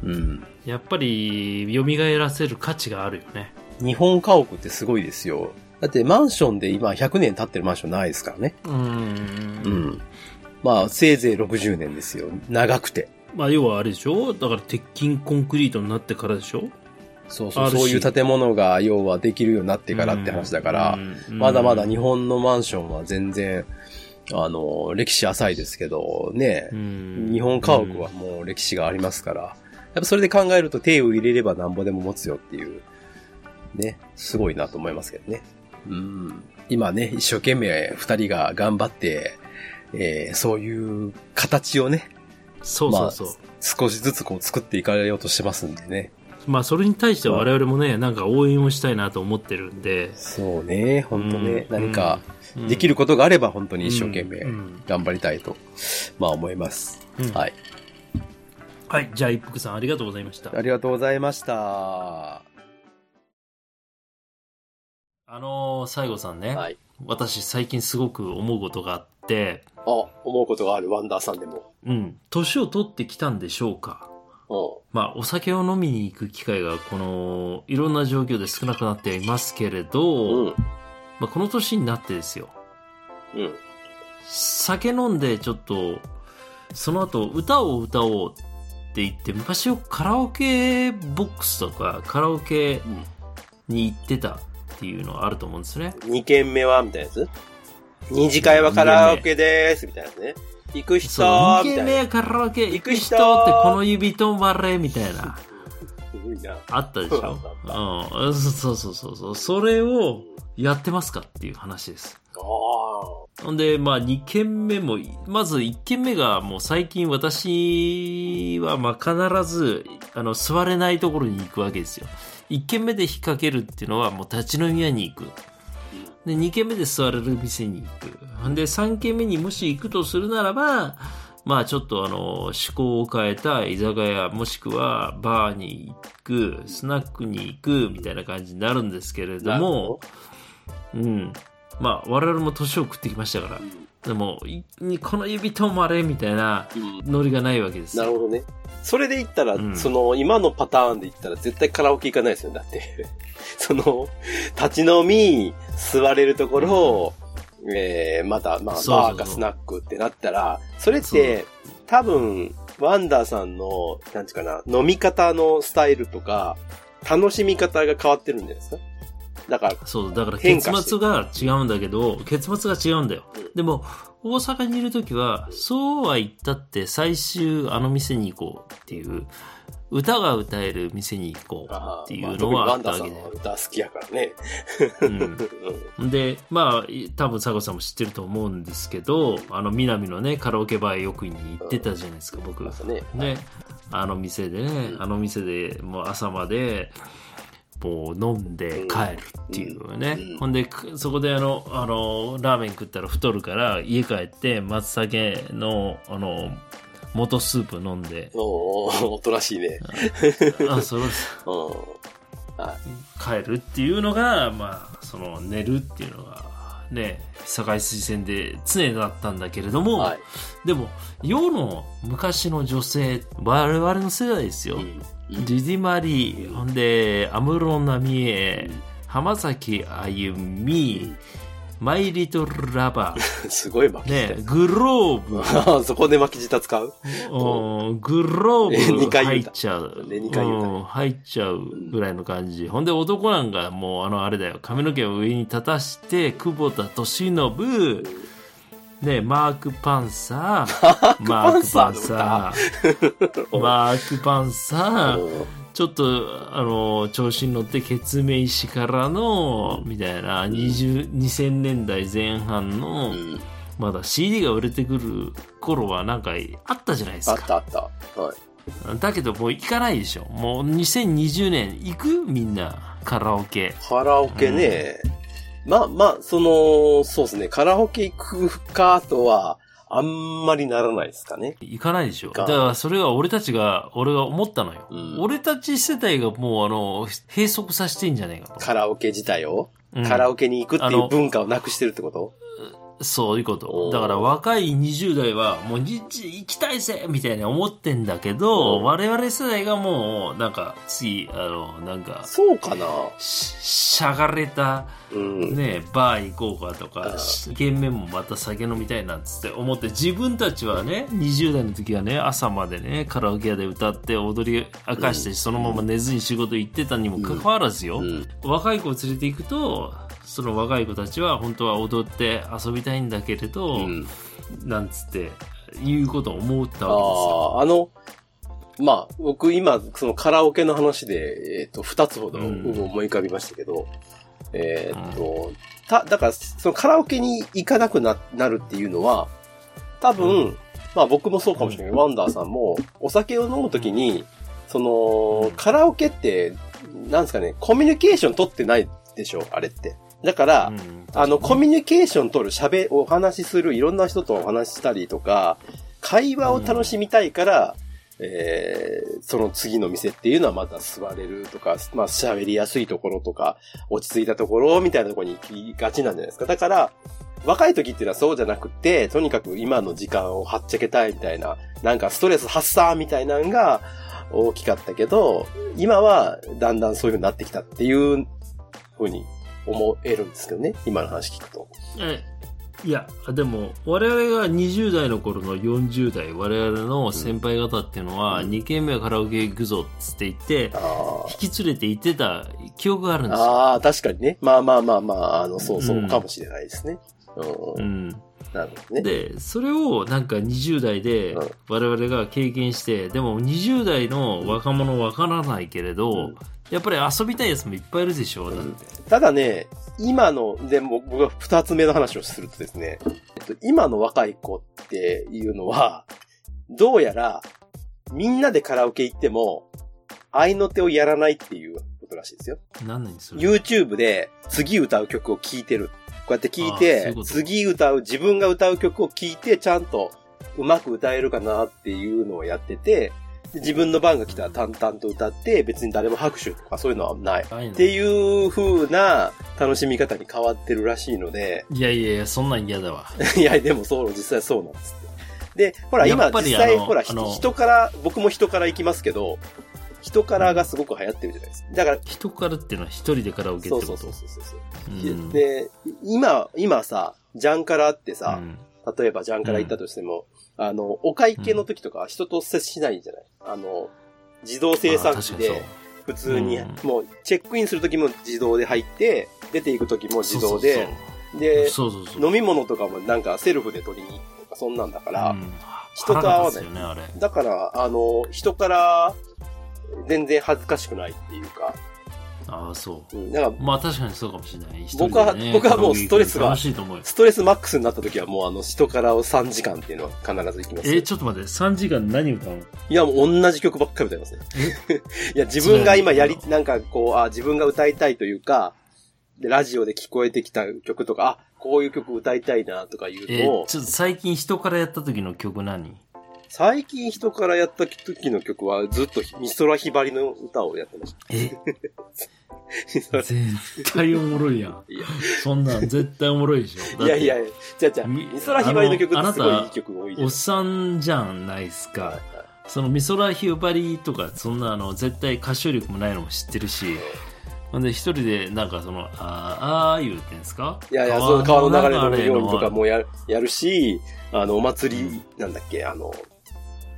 うん。
やっぱり、蘇らせる価値があるよね。
日本家屋ってすごいですよ。だってマンションで今100年経ってるマンションないですからね。
うん
う。ん。まあ、せいぜい60年ですよ。長くて。
まあ、要はあれでしょだから、鉄筋コンクリートになってからでしょ
そうそ
あ
う、
るし
そういう建物が要はできるようになってからって話だから、
うん
まだまだ日本のマンションは全然、あの、歴史浅いですけど、ね、日
日
本家屋はもう歴史がありますから、やっぱそれで考えると手を入れればなんぼでも持つよっていう、ね、すごいなと思いますけどね。うん。今ね、一生懸命二人が頑張って、えーそういう形をね、
そうそうそう、
まあ少しずつこう作っていかれようとしてますんでね。
まあそれに対しては我々もねなんか応援をしたいなと思ってるんで
そうね、本当ね、
うん
何か
うん
できることがあれば本当に一生懸命
うんうん
頑張りたいと、まあ思います。
うん
はい。
はいじゃあ一服さんありがとうございました
ありがとうございました。
あのー西郷さんね、
はい。
私最近すごく思うことがあって
あ、思うことがあるワンダーさんでも。
うん年を取ってきたんでしょうか
う
まあお酒を飲みに行く機会がこのいろんな状況で少なくなっていますけれど、
うん。
まあ、この年になってですよ
うん。
酒飲んでちょっとその後歌を歌おうって言って昔よくカラオケボックスとかカラオケに行ってたっていうのはあると思うんですね
二軒目はみたいなやつ二次会はカラオケでーすみたいなやつね。行く人
そう
ー
2
みた
軒
い
目
な。
やカラオケ行く人
行く人
ってこの指とんばれみたいな
すごいな。
あったでしょうんそうそうそうそうそれをやってますかっていう話です
あ
ほんで、まあ、2軒目も、まず1軒目が、もう最近私は、まあ、必ず、あの、座れないところに行くわけですよ。1軒目で引っ掛けるっていうのは、もう立ち飲み屋に行く。で、2軒目で座れる店に行く。ほんで、3軒目にもし行くとするならば、まあ、ちょっとあの、趣向を変えた居酒屋、もしくは、バーに行く、スナックに行く、みたいな感じになるんですけれど
なるほ
も、うん。まあ、我々も年を食ってきましたから、でも、いにこの指止まれみたいな
あ。うん。
ノリがないわけです
なる
よ。
ほどね。それで言ったら、
うん
その、今のパターンで言ったら絶対カラオケ行かないですよね、だって。 <laughs> その、立ち飲み、座れれるところ、えー、また、まあ、
そうそうそう
バーかスナックってなったら、それって、多分、ワンダーさんの、なんていうかな、飲み方のスタイルとか、楽しみ方が変わってるんじゃないですかだから、
そう、だから
変
結
化して
末
る
が違うんだけど、結末が違うんだよ
うん。
でも、大阪にいるときは、そうは言ったって最終あの店に行こうっていう、歌が歌える店に行こうっていうのは
まあ
あったわけ
特に
だ
ワンダ
よ。
ーさんは歌好きやからね。
うん
う
で、まあ、い多分佐合さんも知ってると思うんですけど、あの、南のね、カラオケバーよくに行ってたじゃないですか、僕。
ん。そうね。
ね、あの店でね、あの店でもう朝まで、もう飲んで帰るっていうね。
うんうん、
ほんで、くそこであの、あの、ラーメン食ったら太るから、家帰って松茸の、あの、元スープ飲んで
<laughs> おー、おとなしいね。
あ、そう
うん。はい。
帰るっていうのが、まあ、その、寝るっていうのが、ね、境水線で常だったんだけれども、
はい。
でも、世の昔の女性、我々の世代ですよ。
う
ジジマリー、ほんで、安室奈美恵
うん、
浜崎あゆみ、マイリトルラバ
ん、すごい巻
ー、
き舌
ね、グローブ、
あー <laughs> そこで巻き舌使う
うんグローブ
二回
入
言う
ったちゃう。
ね二回言うた
うん入っちゃうぐらいの感じ。ほんで、男なんかもう、あの、あれだよ、髪の毛を上に立たして、久保田利伸、ね、マークパンサー、マ
ークパンサ
ーマークパンサー、マークパンサー、
うん
ちょっと、あの、調子に乗って、ケツメイシからの、みたいな、20 2000年代前半の、
うん
まだ CD が売れてくる頃はなんかあったじゃないです
あっ
か。
たあった。はい。
だけどもう行かないでしょ。もう2020年行くみんな、カラオケ。
カラオケね、まあまあ、その、そうですね、カラオケ行くかとは、あんまりならないですかね。
行かないでしょ。
か
だからそれは俺たちが、俺が思ったのよ。
うん
俺たち世代がもうあの、閉塞させてんじゃないかと。
カラオケ自体を、
うん
カラオケに行くって
あ
い
の
う文化をなくしてるってこと
そういうこ
お
と。
ー
だから若い20代は、もう日行きたいぜみたいな思ってんだけど、
うん
我々世代がもう、なんか、次、あの、なんか、
そうかな
ししゃがれた、
うん。
ね、バー行こうかと
う
か、
ん
し一軒目もまた酒飲みたいなっつって思って、自分たちはね、20代の時はね、朝までね、カラオケ屋で歌って踊り明かして、そのまま寝ずに仕事行ってたにもかかわらずよ、
うん。
若い子を連れて行くとその若い子たちは本当は踊って遊びたいんだけれど、
うん
なんつっていうことを思った
あ
わ
あ、あの、まあ、僕今、そのカラオケの話で、えっ、と、二つほど
うん
思い浮かびましたけど、えっ、と、た、だから、そのカラオケに行かなくな、なるっていうのは、多分、まあ僕もそうかもしれないけど、ワンダーさんも、お酒を飲むときに、その、カラオケって、なんですかね、コミュニケーション取ってないでしょ、あれって。だから、
けですよ。うん
あの、コミュニケーション取る、喋、お話しする、いろんな人とお話ししたりとか、会話を楽しみたいから、えー、その次の店っていうのはまた座れるとか、まあ喋りやすいところとか、落ち着いたところみたいなところに行きがちなんじゃないですか。だから、若い時っていうのはそうじゃなくて、とにかく今の時間をはっちゃけたいみたいな、なんかストレス発散みたいなのが大きかったけど、今はだんだんそういう風になってきたっていう風に思えるんですけどね、今の話聞くと。
えいやでも我々が20代の頃の40代我々の先輩方っていうのは、
うん
2軒目はカラオケ行くぞっつって言って
あー
引き連れて行ってた記憶があるんですよ。
あー、確かにね。まあまあまあまあ、あの、そうそううんかもしれないですね。
う
うん、
ん
なるほどね。
でそれをなんか20代で
うん
我々が経験して、でも20代の若者わからないけれど、
うん
やっぱり遊びたいやつもいっぱいいるでしょ、だって
ただね、今の、で、も僕が二つ目の話をするとですね、えっと、今の若い子っていうのは、どうやら、みんなでカラオケ行っても、愛の手をやらないっていうことらしいですよ。
何なんそれ
YouTube で次歌う曲を聴いてる。こうやって聴い
あーそうい
て
うこ、と
次歌う、自分が歌う曲を聴いて、ちゃんとうまく歌えるかなっていうのをやってて、で自分の番が来たら淡々と歌って、別に誰も拍手とかそういうのはない。っ
ああいうの
ていう風な楽しみ方に変わってるらしいので、 <laughs>
いやいやいやそんなん嫌だわ
いや、でもそう、実際そうなんですって。で、ほら、
や
今
っぱりあ
実際、
の
ほら、
あの
人から、僕も人から行きますけど、人からがすごく流行ってるじゃないですか。だから、
人からっていうのは一人でカラオケって
そ
こ
う
と
そうそうそうそう。
うん
で、今、今さ、ジャンカラってさ
う、ん
例えばジャンカラ行ったとしても、あの、お会計の時とかは人と接しないんじゃない、あの、自動生産機
あ確
で
か、
普通に、
うん
もう、チェックインする時も自動で入って、出ていく時も
にそ
自
うそう
動で、で、
そうそうそうそうそう
飲み物とかもなんかセルフで取りに行くとか、そんなんだから、
うん
人と会わない
腹立つよねあれ
だから、あの、人から、全然恥ずかしくないっていうか、
ああそう
うん、だから、
まあ確かにそうかもしれない一人で
僕は
ね
僕は
カラ
もう
オケ行く
ストレスが
楽しいと思うよ
ストレスマックスになった時はもうあの人からを3時間っていうのは必ず行きます
え
よ。
ちょっと待って3時間何歌うの
いやもう同じ曲ばっかり歌いますね。 <laughs> いや自分が今やり
そ、
なんかこう、あ自分が歌いたいというか、でラジオで聞こえてきた曲とか、あこういう曲歌いたいなとかいう
え
のを、
ちょっと最近人からやった時の曲何
最近人からやった時の曲はずっと美空ひばりの歌をやってました。 <laughs>
え絶
美空
対おもろいやん。
いや
そんなん絶対おもろいでしょ。
いやいや
だっ、
じゃあじゃあ、
み
美空ひばりの曲
あ
っ
の
てすご
あ
い
ないた
い曲多い
て、お
で
っ
す。
さんじゃんないっす
はいは
か
い。
その美空ひばりとか、そんなあの、絶対歌唱力もないのも知ってるし。ほんで、一人で、なんかその、あー、あー言うてんすか
いやいや、その川の流れの
流
ようにとか
の
もややるし、あの、お祭り、なんだっけ、あの、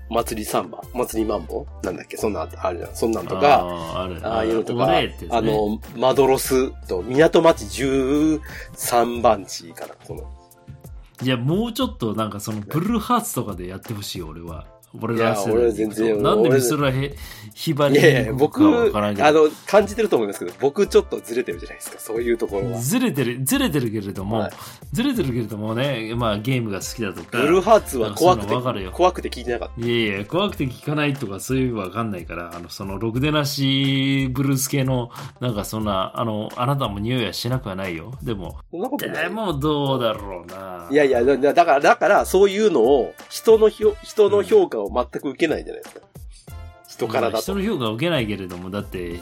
お祭りサンバ、お祭りマンボなんだっけ、そんなんあるじゃん。そんなんとか、
あーある
ああいうのとか、
俺ってや
あ
つね
の、マドロスと港町13番地かな、その。
いや、もうちょっとなんかその、ブルーハーツとかでやってほしい、俺は。俺が焦る
いや俺全然
なんでミスラへひば
い
り
やいや、
に行く
僕、
かわからんけ
あ
ど
の、感じてると思いますけど、僕ちょっとずれてるじゃないですか、そういうところは。
ずれてるずれてるけれども、
はい
ずれてるけれどもね、まあ、ゲームが好きだと
ブ
か
ルーハーツは怖く
あそういうのわかる
て、
よ
怖くて聞いてなかっ
いやいや怖くて聞かないとかそういうわかんないからあのそのろくでなしブルース系のなんかそんなあのあなたも匂いはしなくはないよでも
た。そんなことな
で
い。
もどうだろうない
やいや、だだから、だから、そういうのを、人のひょ、人の評価を全く受けないじゃないですか。人からだ
人
と。
の評価を受けないけれどもだって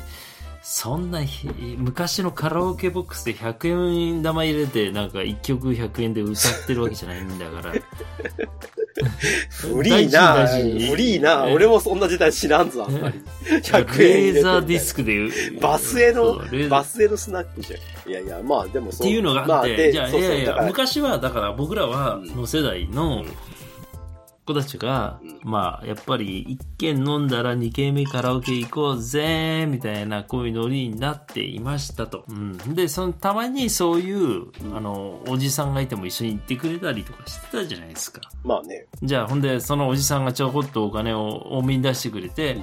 そんなひ昔のカラオケボックスで100円玉入れてなんか1曲100円で歌ってるわけじゃないんだ
<laughs>
から
フリーな、
大事大事
フリーな、
ええ
俺もそんな時代知らんぞ、あんまり。100円入れてみたいな
レーザーディスクで
バスへ
そ
の
うレー、ザー
バスへのスナックじゃん。いやいや、まあでも
っ
そ
ていうのがあって、
まで
じゃあ
そう
い
そう
やい
だか
や
ら
昔はだから僕らは
うん
の世代の子たちが、まあやっぱり一軒飲んだら二軒目カラオケ行こうぜみたいなこういうノリになっていましたと、うん、でそのたまにそういうあのおじさんがいても一緒に行ってくれたりとかしてたじゃないですか
まあね。
じゃあほんでそのおじさんがちょこっとお金を多めに出してくれて、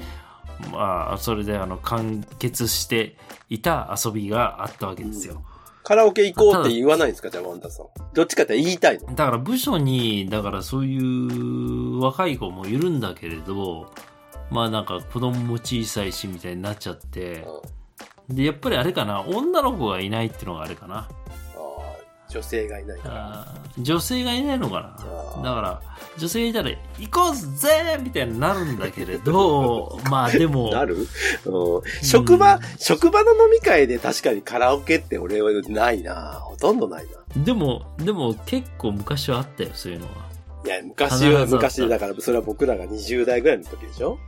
まあそれであの完結していた遊びがあったわけですよ、
カラオケ行こうって言わないんですか、じゃあワンダさん。どっちかって言いたいの。
だから部署に、だからそういう若い子もいるんだけれど、まあなんか子供も小さいしみたいになっちゃって、
うん
で、やっぱりあれかな、女の子がいないっていうのがあれかな。
あー女性がいないから。
あー女性がいないのか
あー
な。だから、女性いたら、行こうぜみたいになるんだけれ
<laughs>
ど、まあでも、
なる、うん、職場、職場の飲み会で確かにカラオケって俺はないなほとんどないな。
でも、でも結構昔はあったよ、そういうのは。
いや、昔
必
は
ずあった
昔だから、それは僕らが20代ぐらいの時でしょ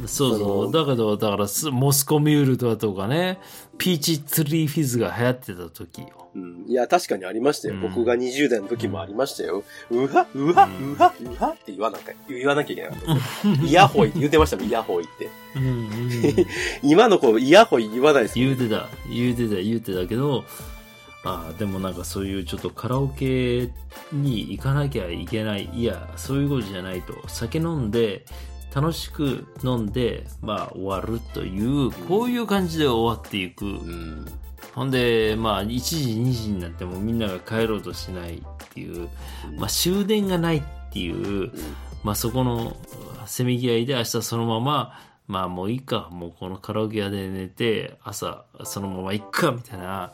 そうそう。
そ
だけど、だからス、モスコミュールだとかね、ピーチツリーフィズが流行ってた時よ。
うん。いや、確かにありましたよ。
うん
僕が20代の時もありましたよ。うわ、うわ、
うん
うわ、うわって言わなきゃ、言わなきゃいけなかったですよ。イヤホイって言ってましたもん、イヤホイって。
うんうん、
今の子、イヤホイ言わないですよ。
言うてた言うてた言うてたけどああでもなんかそういうちょっとカラオケに行かなきゃいけないいやそういうことじゃないと酒飲んで楽しく飲んでまあ終わるというこういう感じで終わっていく、
うん。
ほんでまあ1時2時になってもみんなが帰ろうとしないっていう、まあ、終電がないっていう、まあ、そこのせめぎ合いで明日そのまままあもういいかもうこのカラオケ屋で寝て朝そのまま行くかみたいな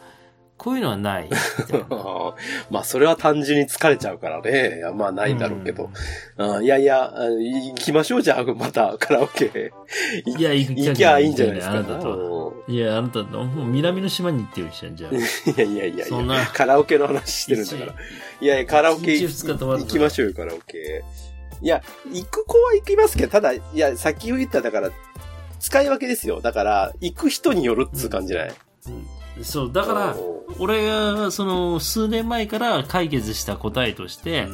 こういうのは
<laughs>
ないみたいな。
あーまあ、それは単純に疲れちゃうからね。いやまあ、ないんだろうけど。あーいやいや、あのい行きましょう、じゃあ、またカラオケ。
いや、行
行きゃいいんじゃないですか。
あなたとは。
うん
いや、あなたと、もう南の島に行ってるじゃん、
<laughs>
じゃあ。
いやいやいやい
そん
や
な、
カラオケの話してるんだから。いやいや、カラオケ
一日二日とわず
行
か
きましょうよ、カラオケ。いや、行く子は行きますけど、ただ、いや、先を言った、だから、使い分けですよ。だから、行く人によるっつう感じじゃない、
そう、だから、俺が、その、数年前から解決した答えとして、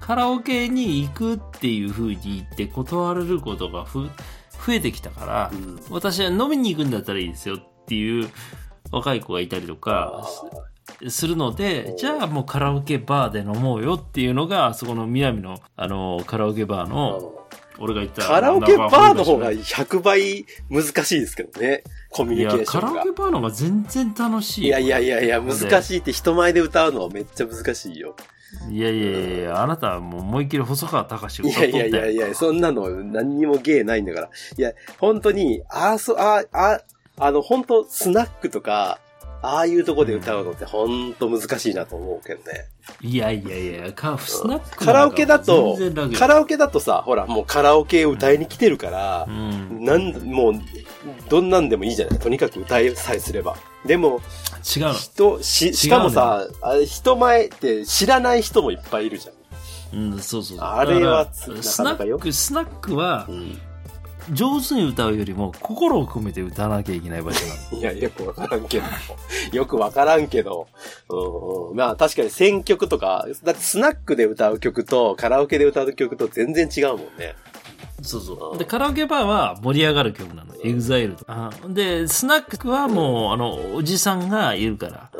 カラオケに行くっていう風に言って断れることがふ増えてきたから、
うん
私は飲みに行くんだったらいいですよっていう若い子がいたりとかすするので
お、
じゃあもうカラオケバーで飲もうよっていうのが、あそこの南の、あの、カラオケバーの、俺が言った
カラオケバーの方が
い
100倍難しいですけどね。コミュ
い
ニケ
や
ー、シ
カ
ョ
ラ
ン
オ
が
ケ。バーの方が全然楽しい。
いやいやいやいや、難しいって人前で歌うのはめっちゃ難しいよ。
いやいやいやいやあなたはもう思いっきり細川隆史を
い
歌っと
や
っ
い
た
や
やん
い
か
やいや、そんなの何にも芸ないんだから。いや、本当に、あーそ、あーあー、あの、本当スナックとか、ああいうとこで歌うのって本当難しいなと思うけどね。
いやいやいや、カスナック
カラオケだと
全然楽、よ
カラオケだとさ、ほら、もうカラオケ歌いに来てるから
う、ん、
なん、もう、どんなんでもいいじゃない。とにかく歌いさえすれば。でも、
違うの。
人、し、しかもさ、あ人前って知らない人もいっぱいいるじ
うん、そうそうそう。
あれは
だ
つ
から
な
ス
か
ナ
なかよ
ック、スナックは
ゃん。、
上手に歌うよりも、心を込めて歌わなきゃいけない場所なの。
いや、よくわからんけど。 <laughs> よくわからんけど。うんうん、まあ確かに選曲とか、だってスナックで歌う曲とカラオケで歌う曲と全然違うもんね。
そうそう。で、カラオケバーは盛り上がる曲なの。エグザイルとか。で、スナックはもう、あの、おじさんがいるから。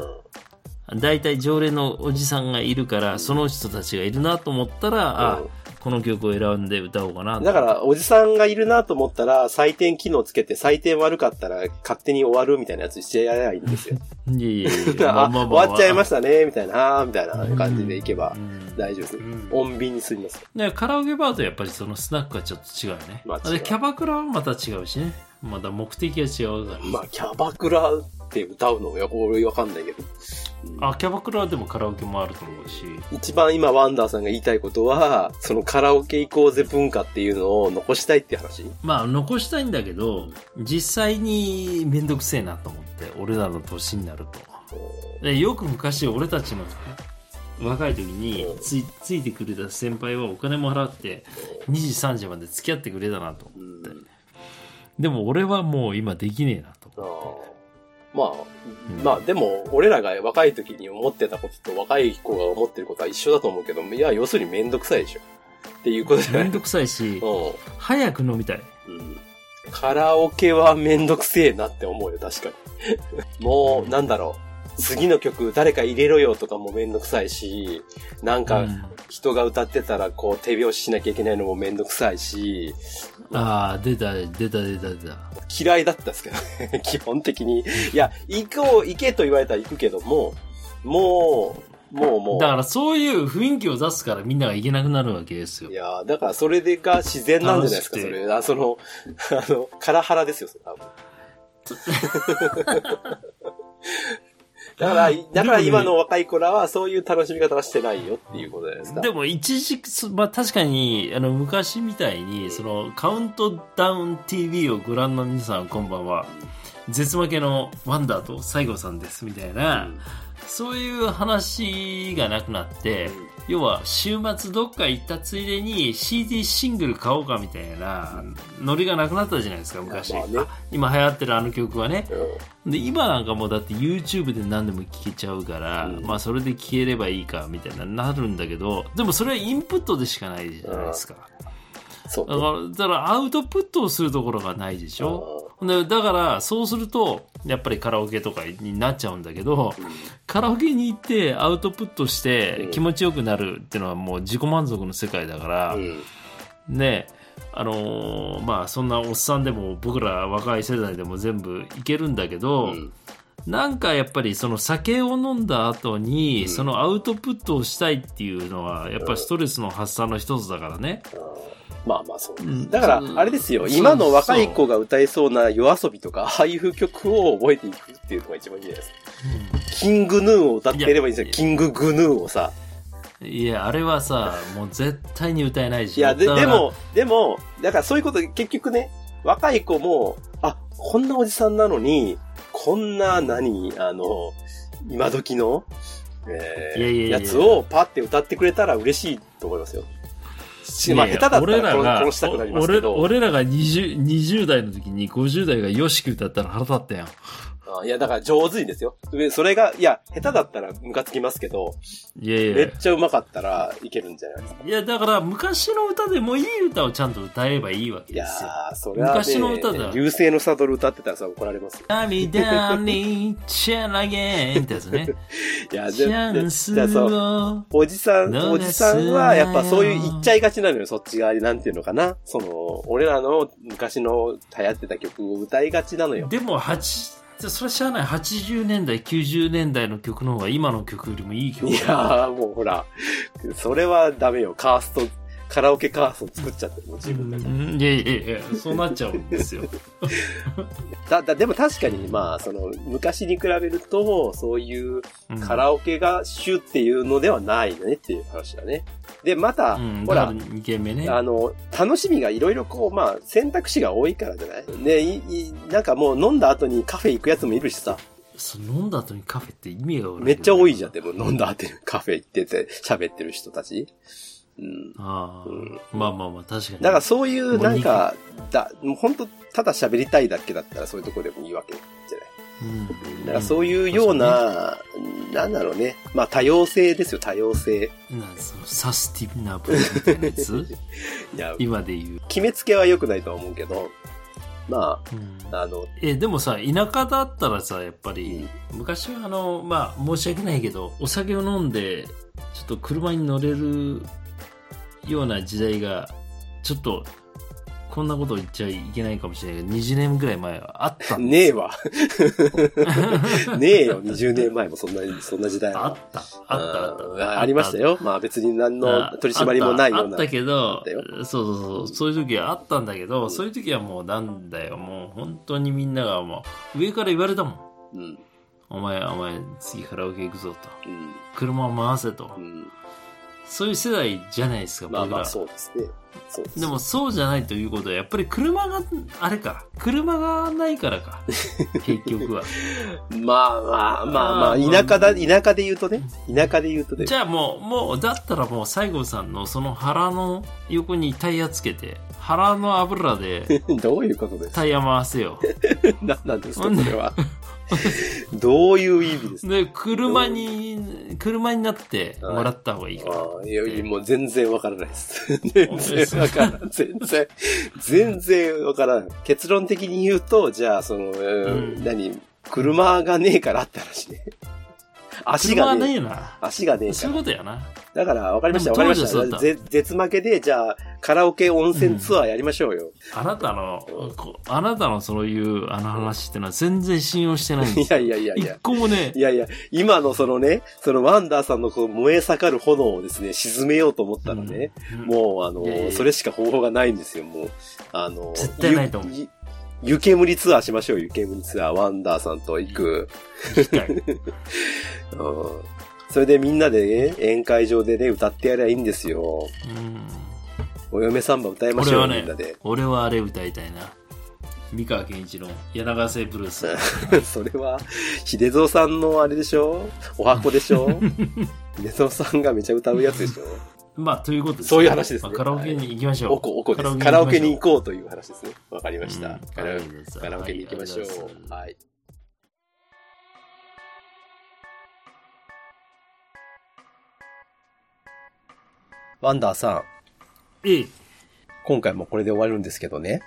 大体常連のおじさんがいるから、その人たちがいるなと思ったら、あ
うん、
この曲を選んで歌おうかな。
だから、おじさんがいるなと思ったら、採点機能つけて、採点悪かったら勝手に終わるみたいなやつしてやればいいんです <laughs> よ。
いやいやいや、
<laughs> あ、終わっちゃいま
し
したね、みたいな、あーみたいな感じでいけば
うん
大丈夫です。
うん
穏便に済みます。
ね、カラオケバーとやっぱりそのスナックはちょっと違うよね。
まあ違う
でキャバクラはまた違うしね。まだ目的が違うから。
まあ、キャバクラって歌うのよ、俺わかんないけど。うん
あ、キャバクラはでもカラオケもあると思うし。
一番今、ワンダーさんが言いたいことは、そのカラオケ行こうぜ文化っていうのを残したいって話
まあ残したいんだけど、実際にめんどくせえなと思って、俺らの年になると。でよく昔俺たちの若い時についついてくれた先輩はお金も払って2時3時まで付き合ってくれたなと思って。
うん
でも俺はもう今できねえなと
あ
思って。
ー
う
まあ、
ん
まあでも、俺らが若い時に思ってたことと若い子が思ってることは一緒だと思うけど、いや、要するにめんどくさいでしょ。っていうことじゃな
め
い
んどくさいし、
う
早く飲みたい。
ん。うんカラオケはめんどくせえなって思うよ、確かに。 <laughs> もう、なんだろう。次の曲誰か入れろよとかもめんどくさいし、なん
う
か
ん
人が歌ってたらこう手拍子しなきゃいけないのもめんどくさいし、
ああ、出た、出た、出た、出た。
嫌いだったんですけどね、 <laughs> 基本的に。いや、行こう、行けと言われたら行くけども、もう、もうもう。
だからそういう雰囲気を出すからみんながいけなくなるわけですよ
い。やーだからそれでが自然なんじゃないですか、そ
楽しくて
れ。あ、その、あの、カラハラですよ、それ多分。だから、だから今の若い子らはそういう楽しみ方はしてないよっていうことじゃないですか。
でも一時期、そまあ確かに、あの、昔みたいに、その、カウントダウン TV をご覧の皆さん、こんばんは。絶負けのワンダーと西郷さんです、みたいうな、
ん
そういう話がなくなって、要は週末どっか行ったついでに CD シングル買おうかみたいなノリがなくなったじゃないですか昔、
まあね
あ今流行ってるあの曲はね
うん
で今なんかもうだって YouTube で何でも聴けちゃうから、
うん
まあそれで聴ければいいかみたいななるんだけどでもそれはインプットでしかないじゃないですか、
そう
だ
ね。
からだからアウトプットをするところがないでしょ、でだからそうするとやっぱりカラオケとかになっちゃうんだけど、
うん
カラオケに行ってアウトプットし
う
て
ん
気持ちよくなるっていうのはもう自己満足の世界だから、
うん
ねあのーまあそんなおっさんでも僕ら若い世代でも全部いけるんだけど、
うん
なんかやっぱりその酒を飲んだ後に
うん
そのアウトプットをしたいっていうのはやっぱりストレスの発散の一つだからね。
まあまあそうね
うん
だから
う、ん
あれですよ、
そう
今の若い子が歌えそうな夜遊びとか、ああいう曲を覚えていくっていうのが一番いいじゃないですか。キングヌーを歌ってればいいんです
い
よ。
や
キンググヌーをさ。
いやあれはさもう絶対に歌えないし
いや、で、
だから
でも、でも、だからそういうこと、結局ね、若い子も、あ、こんなおじさんなのに、こんな何、あの、今時の、えー
いやいやいや
やつをパって歌ってくれたら嬉しいと思いますよ。ま
いや
あ、下手だった
俺ら
ら
が
殺したくなりますけど。
お俺俺らが 20, 20代の時に50代がよしく歌ったら腹立ったやん。
あいや、だから上手にですよ。でそれが、いや、下手だったらムカつきますけど、
いやい
め
や
っ。ちゃうまかったらいけるんじゃないですか。
いや、だから昔の歌でもいい歌をちゃんと歌えばいいわけ
い
で
や
すよ。
ー、それは、ね、
昔の歌だよ
流星のサドル歌ってたらさ、怒られますよ。
涙にチェラゲーンってやつね。
<laughs> いや、
チ
で
ャン
で
ス
だからそう
を。
おじさん、
ど
お
うで
じ
す
さんは、やっぱそういう言っちゃいがちなのよ、そっち側に、なんていうのかな。その、俺らの昔の流行ってた曲を歌いがちなのよ。
でも、八それしゃあない。80年代、90年代の曲の方が今の曲よりもいい曲
い
だ
やー、もうほら、それはダメよ、カースト、カラオケカースト作っちゃってる、もう自分だけ
うんいやいやいや、そうなっちゃうんですよ。
だ、だ、でも確かに、まあ、その、昔に比べると、そういう
うん
カラオケが主っていうのではないよねっていう話だね。で、また、
うん、
ほ
だ
ら
から、2軒目ね。
あの、楽しみがいろいろこう、まあ、選択肢が多いからじゃないねいい、なんかもう飲んだ後にカフェ行くやつもいるしさ、
その飲んだ後にカフェって意味がわからん
め
けど
っちゃ多いじゃん、でも飲んだ後にカフェ行ってて喋ってる人たち。うん。
ああ、
うん
まあまあまあ確かに
だからそういう、
もう
ないん
い
か、だ、もうほんと、ただ喋りたいだけだったらそういうとこでもいいわけじゃない。
うん、
だからそういうような、なんだろうね。まあ多様性ですよ、多様性。
うんなんかそのサスティナブルみたいなやつ
<laughs> いや、
今で言う、
決めつけは良くないとは思うけど、ま
うん
あ、あの、
えでもさ田舎だったらさやっぱり昔はあのまあ申し訳ないけどお酒を飲んでちょっと車に乗れるような時代がちょっとこんなこと言っちゃいけないかもしれないけど20年ぐらい前はあったんで
ねえわ。ねえ
<laughs>
よ、20年前もそんな、そんな時代
あったあったあった
うんありましたよ。まあ別に何の取り締まりもないような。
あったけ
あっ
ど
たよ、
そうそうそう、そういう時はあったんだけど、そういう時はもうなんだよ、もう本当にみんながもう、上から言われたもん。
うん。
お前、お前、次カラオケ行くぞと。
うん。
車を回せと。
うん。
そういう世代じゃないですか、僕
ま
ら。
あまあそうですね。そうです。
でもそうじゃないということは、やっぱり車が、あれか、車がないから
<laughs>
か、結局は。
まあまあまあ
あ
ま
ー
あ、田舎だ、田舎で言うとね。田舎で言うとね
じ。ゃあもう、もう、だったらもう、西郷さんのその腹の横にタイヤつけて、腹の油で
<laughs> どういうことですか
タイヤ回せ
<laughs>
よ。
ななんです
ほ
か
んで
それは。どういう意味ですか
で、車に、車になってもらった方がいいから。
ああ、いや、もう全然わからな
<laughs>
いです。全然わからない。全然、全然わからない。結論的に言うと、じゃあ、その、うん
うん
何、車がねえからって話ね。足
車
が
は
ね
ね
え。
えな。
足がねえか
そういう。
ら
ことやな。
だから、わかりました、わ
で
か
も
りま
当時は
した。
そう
ぜ絶負けで、じゃあ、カラオケ温泉ツアーやりましょうよ。
あなたの、こあなたのそういうあの話ってのは全然信用してないんで
い
す
やいやいやい
一
や。
個もね
い、やいや、今のそのね、そのワンダーさんのこう燃え盛る炎をですね、沈めようと思ったらね、
うん
もう、あの
いやいやいや
それしか方法がないんですよ、もう。あの
絶対ないと思う
ゆゆ湯煙ツアーしましょう、湯煙ツアー。ワンダーさんと行く。
聞き
<laughs>
たい
うん。それでみんなでね、宴会場でね、歌ってやりゃいいんですよ。
うん
お嫁さんば歌いまし
俺
ょう、
はね
みんなで。 <laughs>
俺はあれ歌いたいな三河健一郎柳瀬ブルース
それは、秀蔵さんのあれでしょお箱でしょ
<laughs>
秀蔵さんがめちゃ歌うやつでしょ
まあということです
そういう話ですね
まあカラオケに行きましょう
おこ、おこです。カラオケに行こうという話ですね。わかりました。
うん
カラオ
はいです
カラオケに行きまし
は
ょ。
いありがとうございうます
はい。ワンダーさん、
ええ
今回もこれで終わるんですけどね。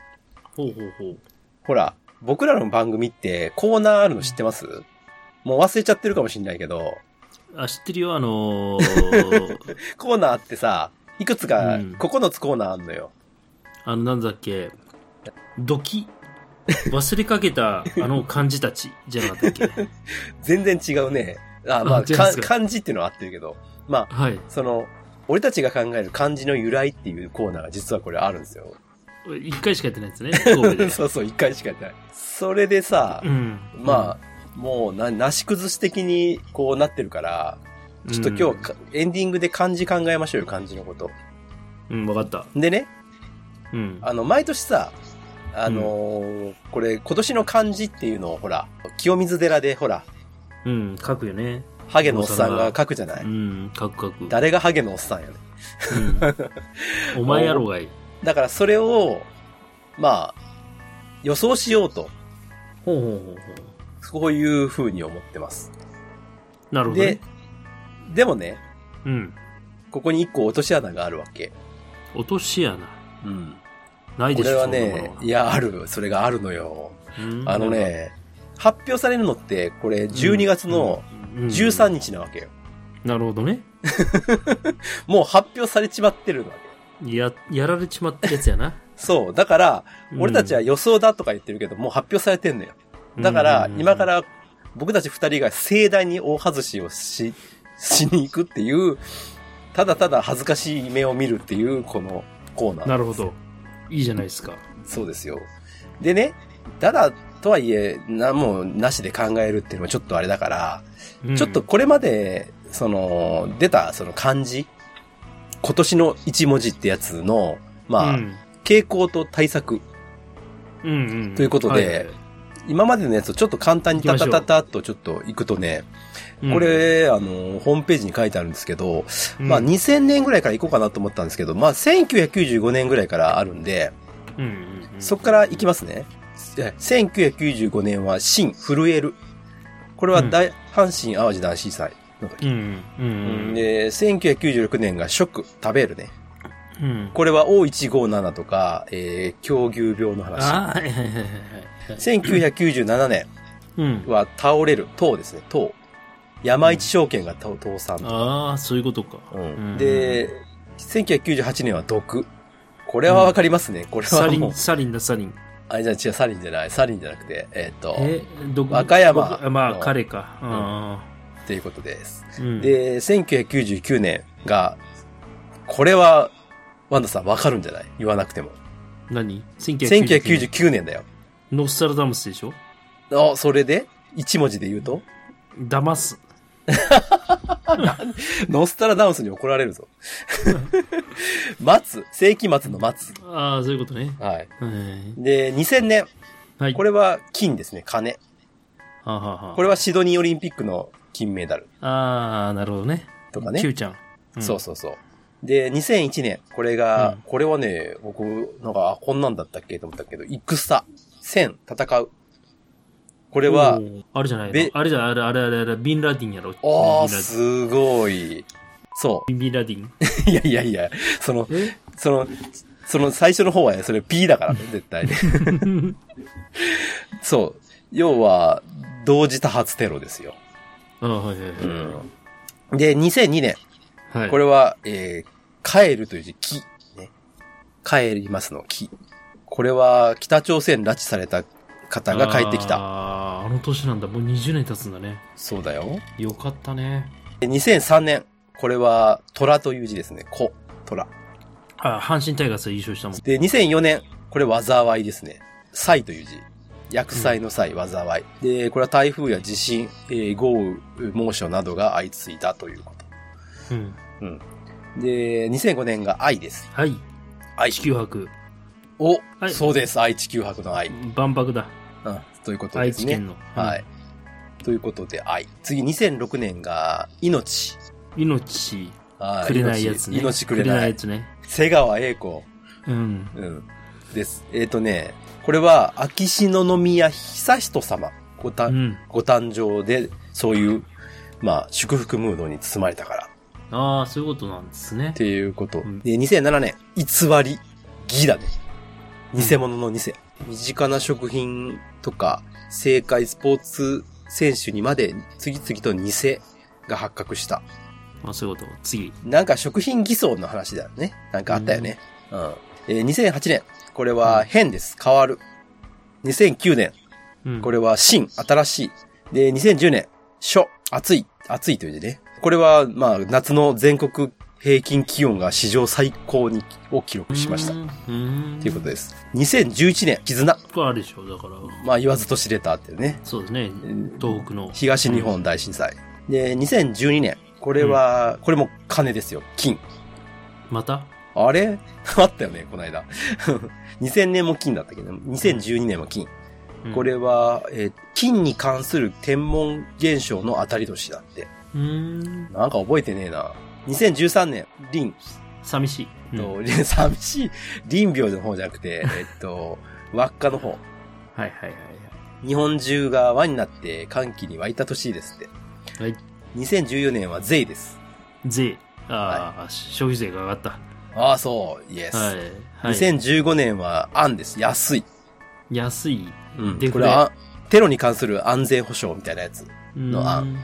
ほうほうほう
ほら、僕らの番組ってコーナーあるの知ってますもう忘れちゃってるかもしんないけど、
あ知ってるよあの
<laughs>
ー
コーナーってさ、いくつか
うん
9つコーナーあんのよ。
あのなんだっけドキ忘れかけ
<laughs>
たあの漢字たちじゃなかったっけ
全然違うね。あ、まあ、
あ違いま
か
すか
漢字っていうのは合ってるけど。まあ、
はい
その、俺たちが考える漢字の由来っていうコーナーが実はこれあるんですよ。
一回しかやってないです
<laughs>
ね神戸で
そうそう、一回しかやってない。それでさ、
ん
まあ、もうな、なし崩し的にこうなってるから、ちょっと今日か、エンディングで漢字考えましょうよ、漢字のこと。
うん、うん、分かった
でね、
うん
あの、毎年さ、あのーこれ、今年の漢字っていうのを、ほら、清水寺で、ほら、
うん書くよね
ハゲのおっさんが書くじゃない、
うん書く書く
誰がハゲのおっさんやね <laughs>
うんお前やろうがい。
だからそれを、まあ、予想しようと、
ほうほうほうほ
こういう風に思ってます。
う。なるほど、
で
ね。、
でもね、
うん。
ここに一個落とし穴があるわけ。
落とし穴。
うん。
ない
こ
でし
れ
ょ、
は
そんな
ね
も、の
いや、ある。それがあるのよ。
うん
あのね、発表されるのって、これ12月の
うん
13日なわけよ。
なるほどね。
もう発表されちまってるわけ。
や、やられちまったやつやな。
そう。だから、
うん
俺たちは予想だとか言ってるけど、もう発表されてんのよ。だから
う、ん
今か。ら僕たち二人が盛大に大外しをし、しに行くっていう、ただただ恥ずかしい目を見るっていう、このコーナー。
なるほど。いいじゃないですか。
そうですよ。でね、ただとはいえ、な、もうなしで考えるっていうのはちょっとあれだから、
うん
ちょっと、これまで、その、出たその漢字、今年の一文字ってやつの、まあ、
うん
傾向と対策、
うんうん
ということで今までのやつをちょっと簡単にタタタタっとちょっと行くとね、こ、れ、あの、ホームページに書いてあるんですけど、まあ
に、
2000年ぐらいから行こうかなと思ったんですけど、まあ1995年ぐらいからあるんで、
うんうんうん
そこから行きますね。え1995年は、新、震える。これは大、阪神淡路大震災の時。
うんうんうん。
で、1996年が、食、食べるね。
うん、
これは O157 とか、えー、狂牛病の話。
あーはいはいはいはいはい
1997年
うん。
は、倒れる、糖ですね、糖。山一証券が倒倒産。
ああ、そういうことか。
うん
うん
で、 1998年は毒。これはわかりますね。これ
サ
は
リ
もう
ン、、サリンだ、サリン。
あ、じゃあ違う、サリンじゃない。サリンじゃなくて、えっ、と、
え、どこ
和歌山
あまあ、
の
彼か。あ
っていうことです。
ーうん、
で、1999年が、これは、ワンダさんわかるんじゃない言わなくても。
何 ?1999
1999年だよ。
ノスタルダムスでしょ
あ、それで一文字で言うと
騙す。
ノスタラダンスに怒られるぞ。 <laughs> 松、世紀末の松。
ああ、そういうことね。
はい。
はい
で、2000年。
はい。
これは金ですね、金。
はあはあはあ
これはシドニーオリンピックの金メダル
ああ、なるほどね。
とか
Q
ね。
ちゃん。うん
そうそうそう。で、2001年。これが、これはね、僕、なんか、あこんなんだったっけと思ったけど、戦、戦、戦う。これは
お、ーあれじゃないの
べ
あれじゃないあれあれあれあれビンラディンやろ
あ
ビン
あ、
ラディン
すごい。そ
ビンラディン <laughs>
う。いやいやいや、その、
え
その、その最初の方はね、それ P だから
<laughs>
ね、絶対ね。そう。要は、同時多発テロですよ。
ああはいはいは
うん。で、2002
い
年。
はい
これは、えー、帰るという字、木。ね。帰りますの木。これは、北朝鮮拉致された方が帰ってきた。
あーあの年なんだもう20年経つんだね
そうだよ。
よかったね
で2003年。これは、虎という字ですね。子、虎。
あ阪神タイガース優勝したもん
で、2004年、これ、災いですね。災という字。薬災の災、災い。で、これは台風や地震、えー豪雨、猛暑などが相次いだというこ
うん
と。で、2005年が愛です。
はい
愛
地球博
お、
はい
そうです。愛地球博の愛。
万博だ
うん、ということで
愛
す
知
ね。
県の、
はい。ということで、愛。次、2006年が、命。
うん命
はい
くれないやつね
命命く
く
れ
れな
ない
や
い。
つね
瀬川栄子。
うん
うん。です。えっ、とね、これは、秋篠宮悠仁様。ごた、
うん
ご誕生で、そういう、まあ、祝福ムードに包まれたから。
ああそういうことなんですね
っていうこと
ん。
で、2007年、偽り、偽だね。偽物の偽。身近な食品とか、政界スポーツ選手にまで、次々と偽が発覚した。
あそういうこと次
なんか食品偽装の話だよね。なんかあったよね。うん。えー2008年、これは変です。変わる。2009年、
うん
これは新、新しい。で、2010年、初、暑い、暑いという字ね。これは、まあ、夏の全国平均気温が史上最高に、を記録しました。
う
と
んうん
いうことです。2011年、絆。
これあるでしょだから
まあ、言わずと知れたっていうね。
そうですね
ん
東北の
東日本大震災。で、2012年。これは、これも金ですよ。金。
また
あれ <laughs> あったよね、この間。2000年も金だったけど、2012年も金。
うん
これは、えー金に関する天文現象の当たり年だって。
うーん
なんか覚えてねえな。2013年、林、
寂しい、
えっ
うん
と、 <laughs> 寂しい、林病の方じゃなくて、えっと、輪っかの方。
はいはいはい
日本中が輪になって歓喜に沸いた年ですって。
はいはい
2014年は税です。
税ああ、消費税が上がった
ああ、そう、イエス。
はい、はい、
2015年は安です。安い。
安い
うん。
デフレ
これは、テロに関する安全保障みたいなやつ。のあ
うん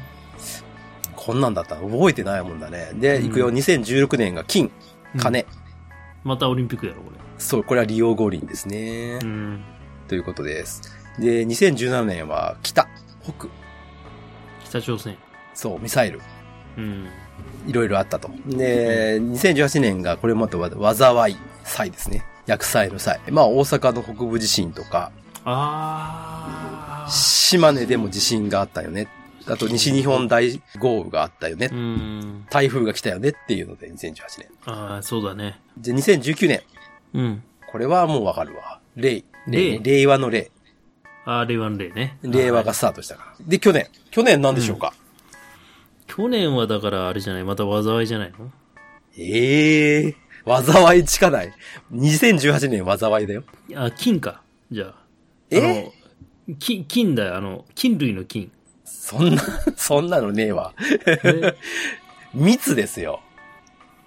こんなんだったの覚えてないもんだね。で、
うん
行くよ。2016年が金、金。
またオリンピックやろこ
そう、これは利用五輪ですね。
れうん
ということです。で、2017年は北、北、
北朝鮮
そう、ミサイル。
うん
いろいろあったと。で、2018年がこれまたわ災い祭ですね。薬災の際。まあ大阪の北部地震とか、
ああ
島根でも地震があったよね。あと西日本大豪雨があったよね
う。ん
台風が来たよねっていうので、2018年。
ああそうだね
で、2019年。
うん
これはもうわかるわ。令。
令
令令和の令。
あ令和の例ね
令和がスタートしたから。で、去年。去年なんでしょうか、
去年はだからあれじゃないまた災いじゃないの
ええー。災いしかない。2018年災いだよ。
あ金かじゃあ
え
あの金金だよあの金類の
<laughs>
金
そんな、そんなのねえわ。
え
密ですよ。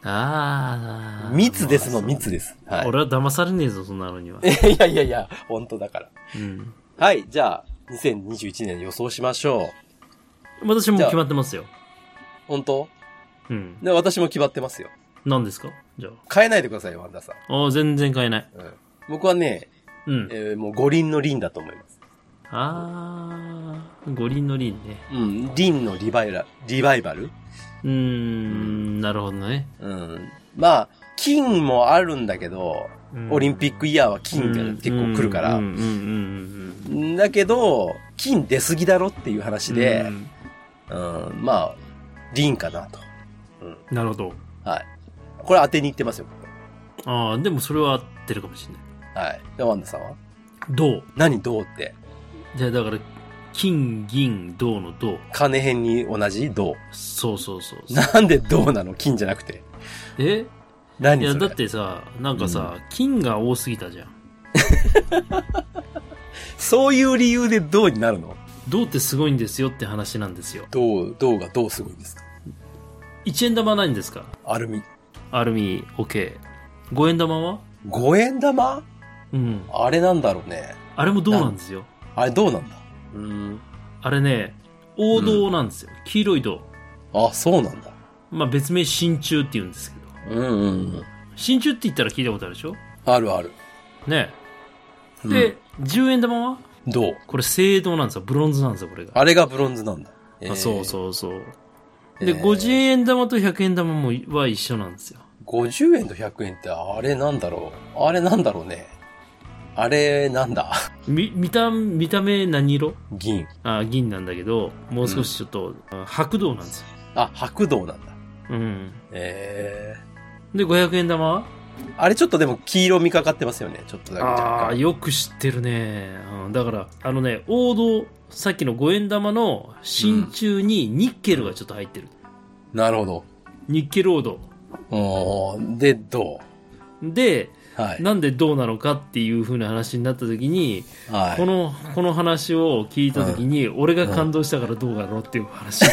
ああ
密ですの
まあ
密です。はい。
俺は騙されねえぞ、そんなのには。
<laughs> いやいやいや、本当だから。
うん。
はい、じゃあ、2021年予想しましょう。
私も
じゃあ
決まってますよ。
本当
うん。
で私も決まってますよ。
何ですかじゃあ。
変えないでくださいよ、ワンダさん。
ああ、全然買えない。
うん僕はね、
うん。
えーもう五輪の輪だと思います。
ああ、五輪の輪ね。
うん、輪のリバイラリバイバル
うーん、なるほどね。
うん。まあ、金もあるんだけど、
うん
オリンピックイヤーは金が結構来るから、
うんうんうんうん
だけど、金出すぎだろっていう
う
話
ん。う
で、
ん
うん、まあ、輪かなと。
なるほど。
はい。これ当てに行ってますよ、僕
ああ、でもそれは合ってるかもしれない。
はい。じゃあワンダさんは
銅。
何銅って
じゃあだから、金、銀、銅の銅。
金編に同じ銅。
そうそうそうそう。
<laughs> なんで銅なの金じゃなくて。
えい
何
や、
そ
だ
れ
ってさ、なんかさ、金が多すぎたじゃん。
そういう理由で銅になるの
銅ってすごいんですよって話なんですよ。
銅、銅がどうすごいんですか
1円玉ないんですか
アルミ。
アルミ、OK。5円玉は
五円玉
うん。
あれなんだろうね。
あれも銅なんですよ。
あれどうなんだうん。
あれね、王道なんですよ。黄色い銅。
あ、そうなんだ。
まあ別名真鍮って言うんですけど。
うんうんうん。
真鍮って言ったら聞いたことあるでしょ
あるある。
ねで、10円玉は
うん、どう
これ青銅なんですよ。ブロンズなんですよ、これが。
あれがブロンズなんだ。え
あ
ー
そうそうそう。
え
で、
ー
50円玉と100円玉もは一緒なんですよ。
50円と100円ってあれなんだろうあれなんだろうね。あれなんだ <laughs>
み、見た、見た目何色
銀。
あ銀なんだけど、もう少しちょっと、あ白銅なんですよ。
あ、白銅なんだ。
うん。
え
で、500円玉は
ー、あれちょっとでも黄色みかかってますよね。ちょっとだけ
あ
若
あー、
干。
よく知ってるね。うんだから、あのね、王道、さっきの五円玉の真鍮にニッケルがちょっと入ってる。
なるほど。
ニッケル王道。
おーで、銅。
で、
はい。
なんでどうなのかっていう風な話になった時に、
はい
こ。の、この話を聞いた時に、俺が感動したからどうだろうっていう
<laughs>
話。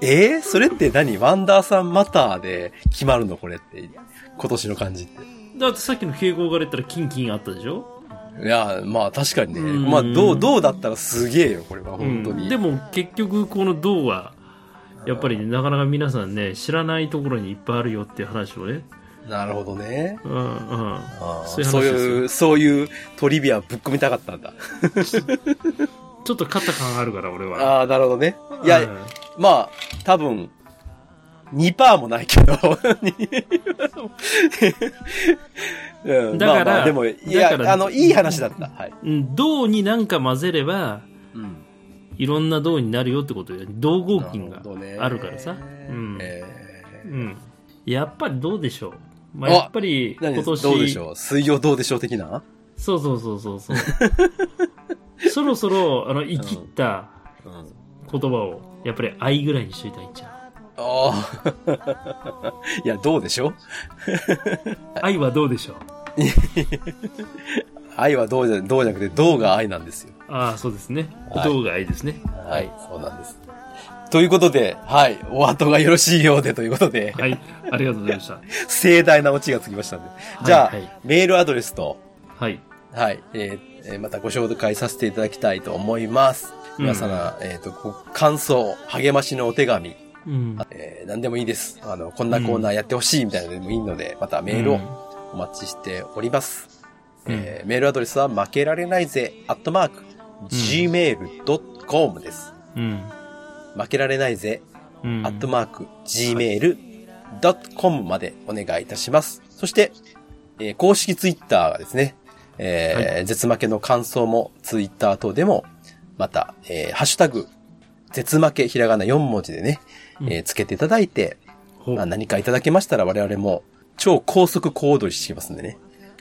えー、それって何ワンダーさんマターで決まるのこれって。今年の感じって。
だってさっきの敬語が出たらキンキンあったでしょ
いや、まあ確かにね。
うん
まあ、どう、どうだったらすげえよ、これは、本当に。
うんでも結局この銅は、やっぱりね、なかなか皆さんね、知らないところにいっぱいあるよっていう話をね。
なるほどね。
うんうん。
あー
そういう話ですよ
そういう、そういうトリビアぶっ込みたかったんだ。
ちょっと勝った感あるから、俺は。
ああ、なるほどね。いうや、
ん
まあ、多分、2%もないけど。 <laughs> うん
だから
まあまあでも、いや
だか、ら
あの、いい話だった。はい。
うん、銅になんか混ぜれば、
うん
いろんな銅になるよってことよ。銅合金
な
が
るほどね
あるからさ。うん。
えー
うん。やっぱりどうでしょう。まあ、
あ
やっぱり、
何
今年。
どうでしょう水曜どうでしょう的な
そうそうそうそうそう。
<laughs>
そろそろ、あの、言い切った
うん。
言葉を、やっぱり愛ぐらいにしといたらいいんちゃ
ああ。 <laughs> いや、どうでしょう
う。愛はどうでしょう。
愛はどうじゃ、どうじゃなくて、どうが愛なんですよ。
ああ、そうですね
は。い
銅が愛ですね。
はい、そうなんです。ということで、はい、お後がよろしいようでということで、
はい。ありがとうございました。
盛大なオチがつきましたんで。 <laughs> じゃあ、
はい
メールアドレスと、
はい。
はい、えーえーまたご紹介させていただきたいと思います。
うん
皆様、えっ、と、ご感想、励ましのお手紙、
うん。
えー何でもいいです。あの、こんなコーナーやってほしいみたいなのでもいいので、またメールをお待ちしております。
うん
えーメールアドレスは負けられないぜ、アットマーク、gmail.com です。
うん。
負けられないぜ、
うん。
アットマーク、gmail.com までお願いいたします。そして、えー公式ツイッターがですね、えー絶負けの感想もツイッター等でも、また、えーハッシュタグ、絶負けひらがな4文字でね、えーつけていただいて、
ほう
まあ、何かいただけましたら我々も超高速小躍りしてきますんでね。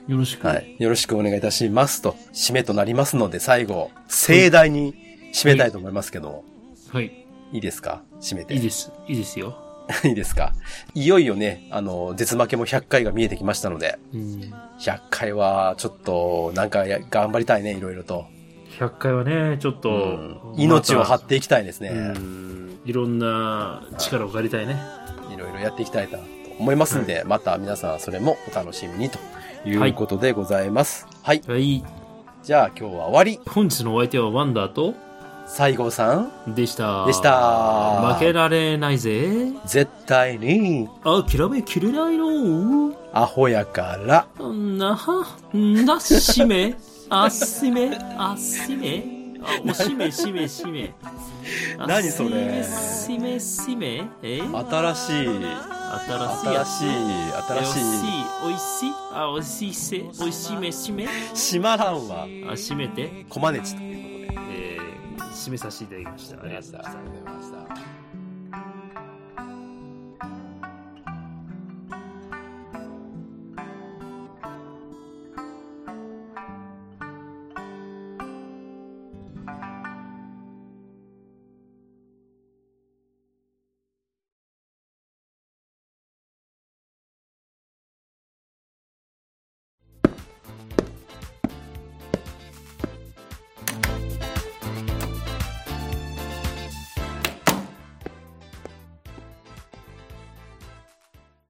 よろしく。
はい。よろしくお願いいたしますと、締めとなりますので、最後、盛大に締めたいと思いますけども、
はい。
いいですか締めて。
いいです。いいですよ。
いいですか。いよいよね、あの、絶負けも100回が見えてきましたので、
うん。
100回はちょっと、なんかや頑張りたいね、いろいろと。
100回はね、ちょっと、
うん命を張っていきたいです
て
ね。
いろんな力を借りたいね。
いろいろやっていきたいなと思いますんで、また皆さんそれもお楽しみにということでございます。はい。
はい。
じゃあ今日は終わり。
本日のお相手はワンダーと、
西郷さん、
でした。
でした
負けられないぜ。
絶対に、
諦めきれないの。
アホやから、
なは、な、しめ、あしめ、あしめ、あおしめ、しめ、しめ。あ
<laughs> 何それ
しめ、しめ、しめえ
新しい、
新しいや
新
つ。
しい、新しい、
おいしい、おいしい、あ、おいしいせ、おいしめ、しめ。
しまらんは、
あ、しめて、
コマネチということで。
えー、締めさせていただきました。ありがとうございました。
ありがとうございました。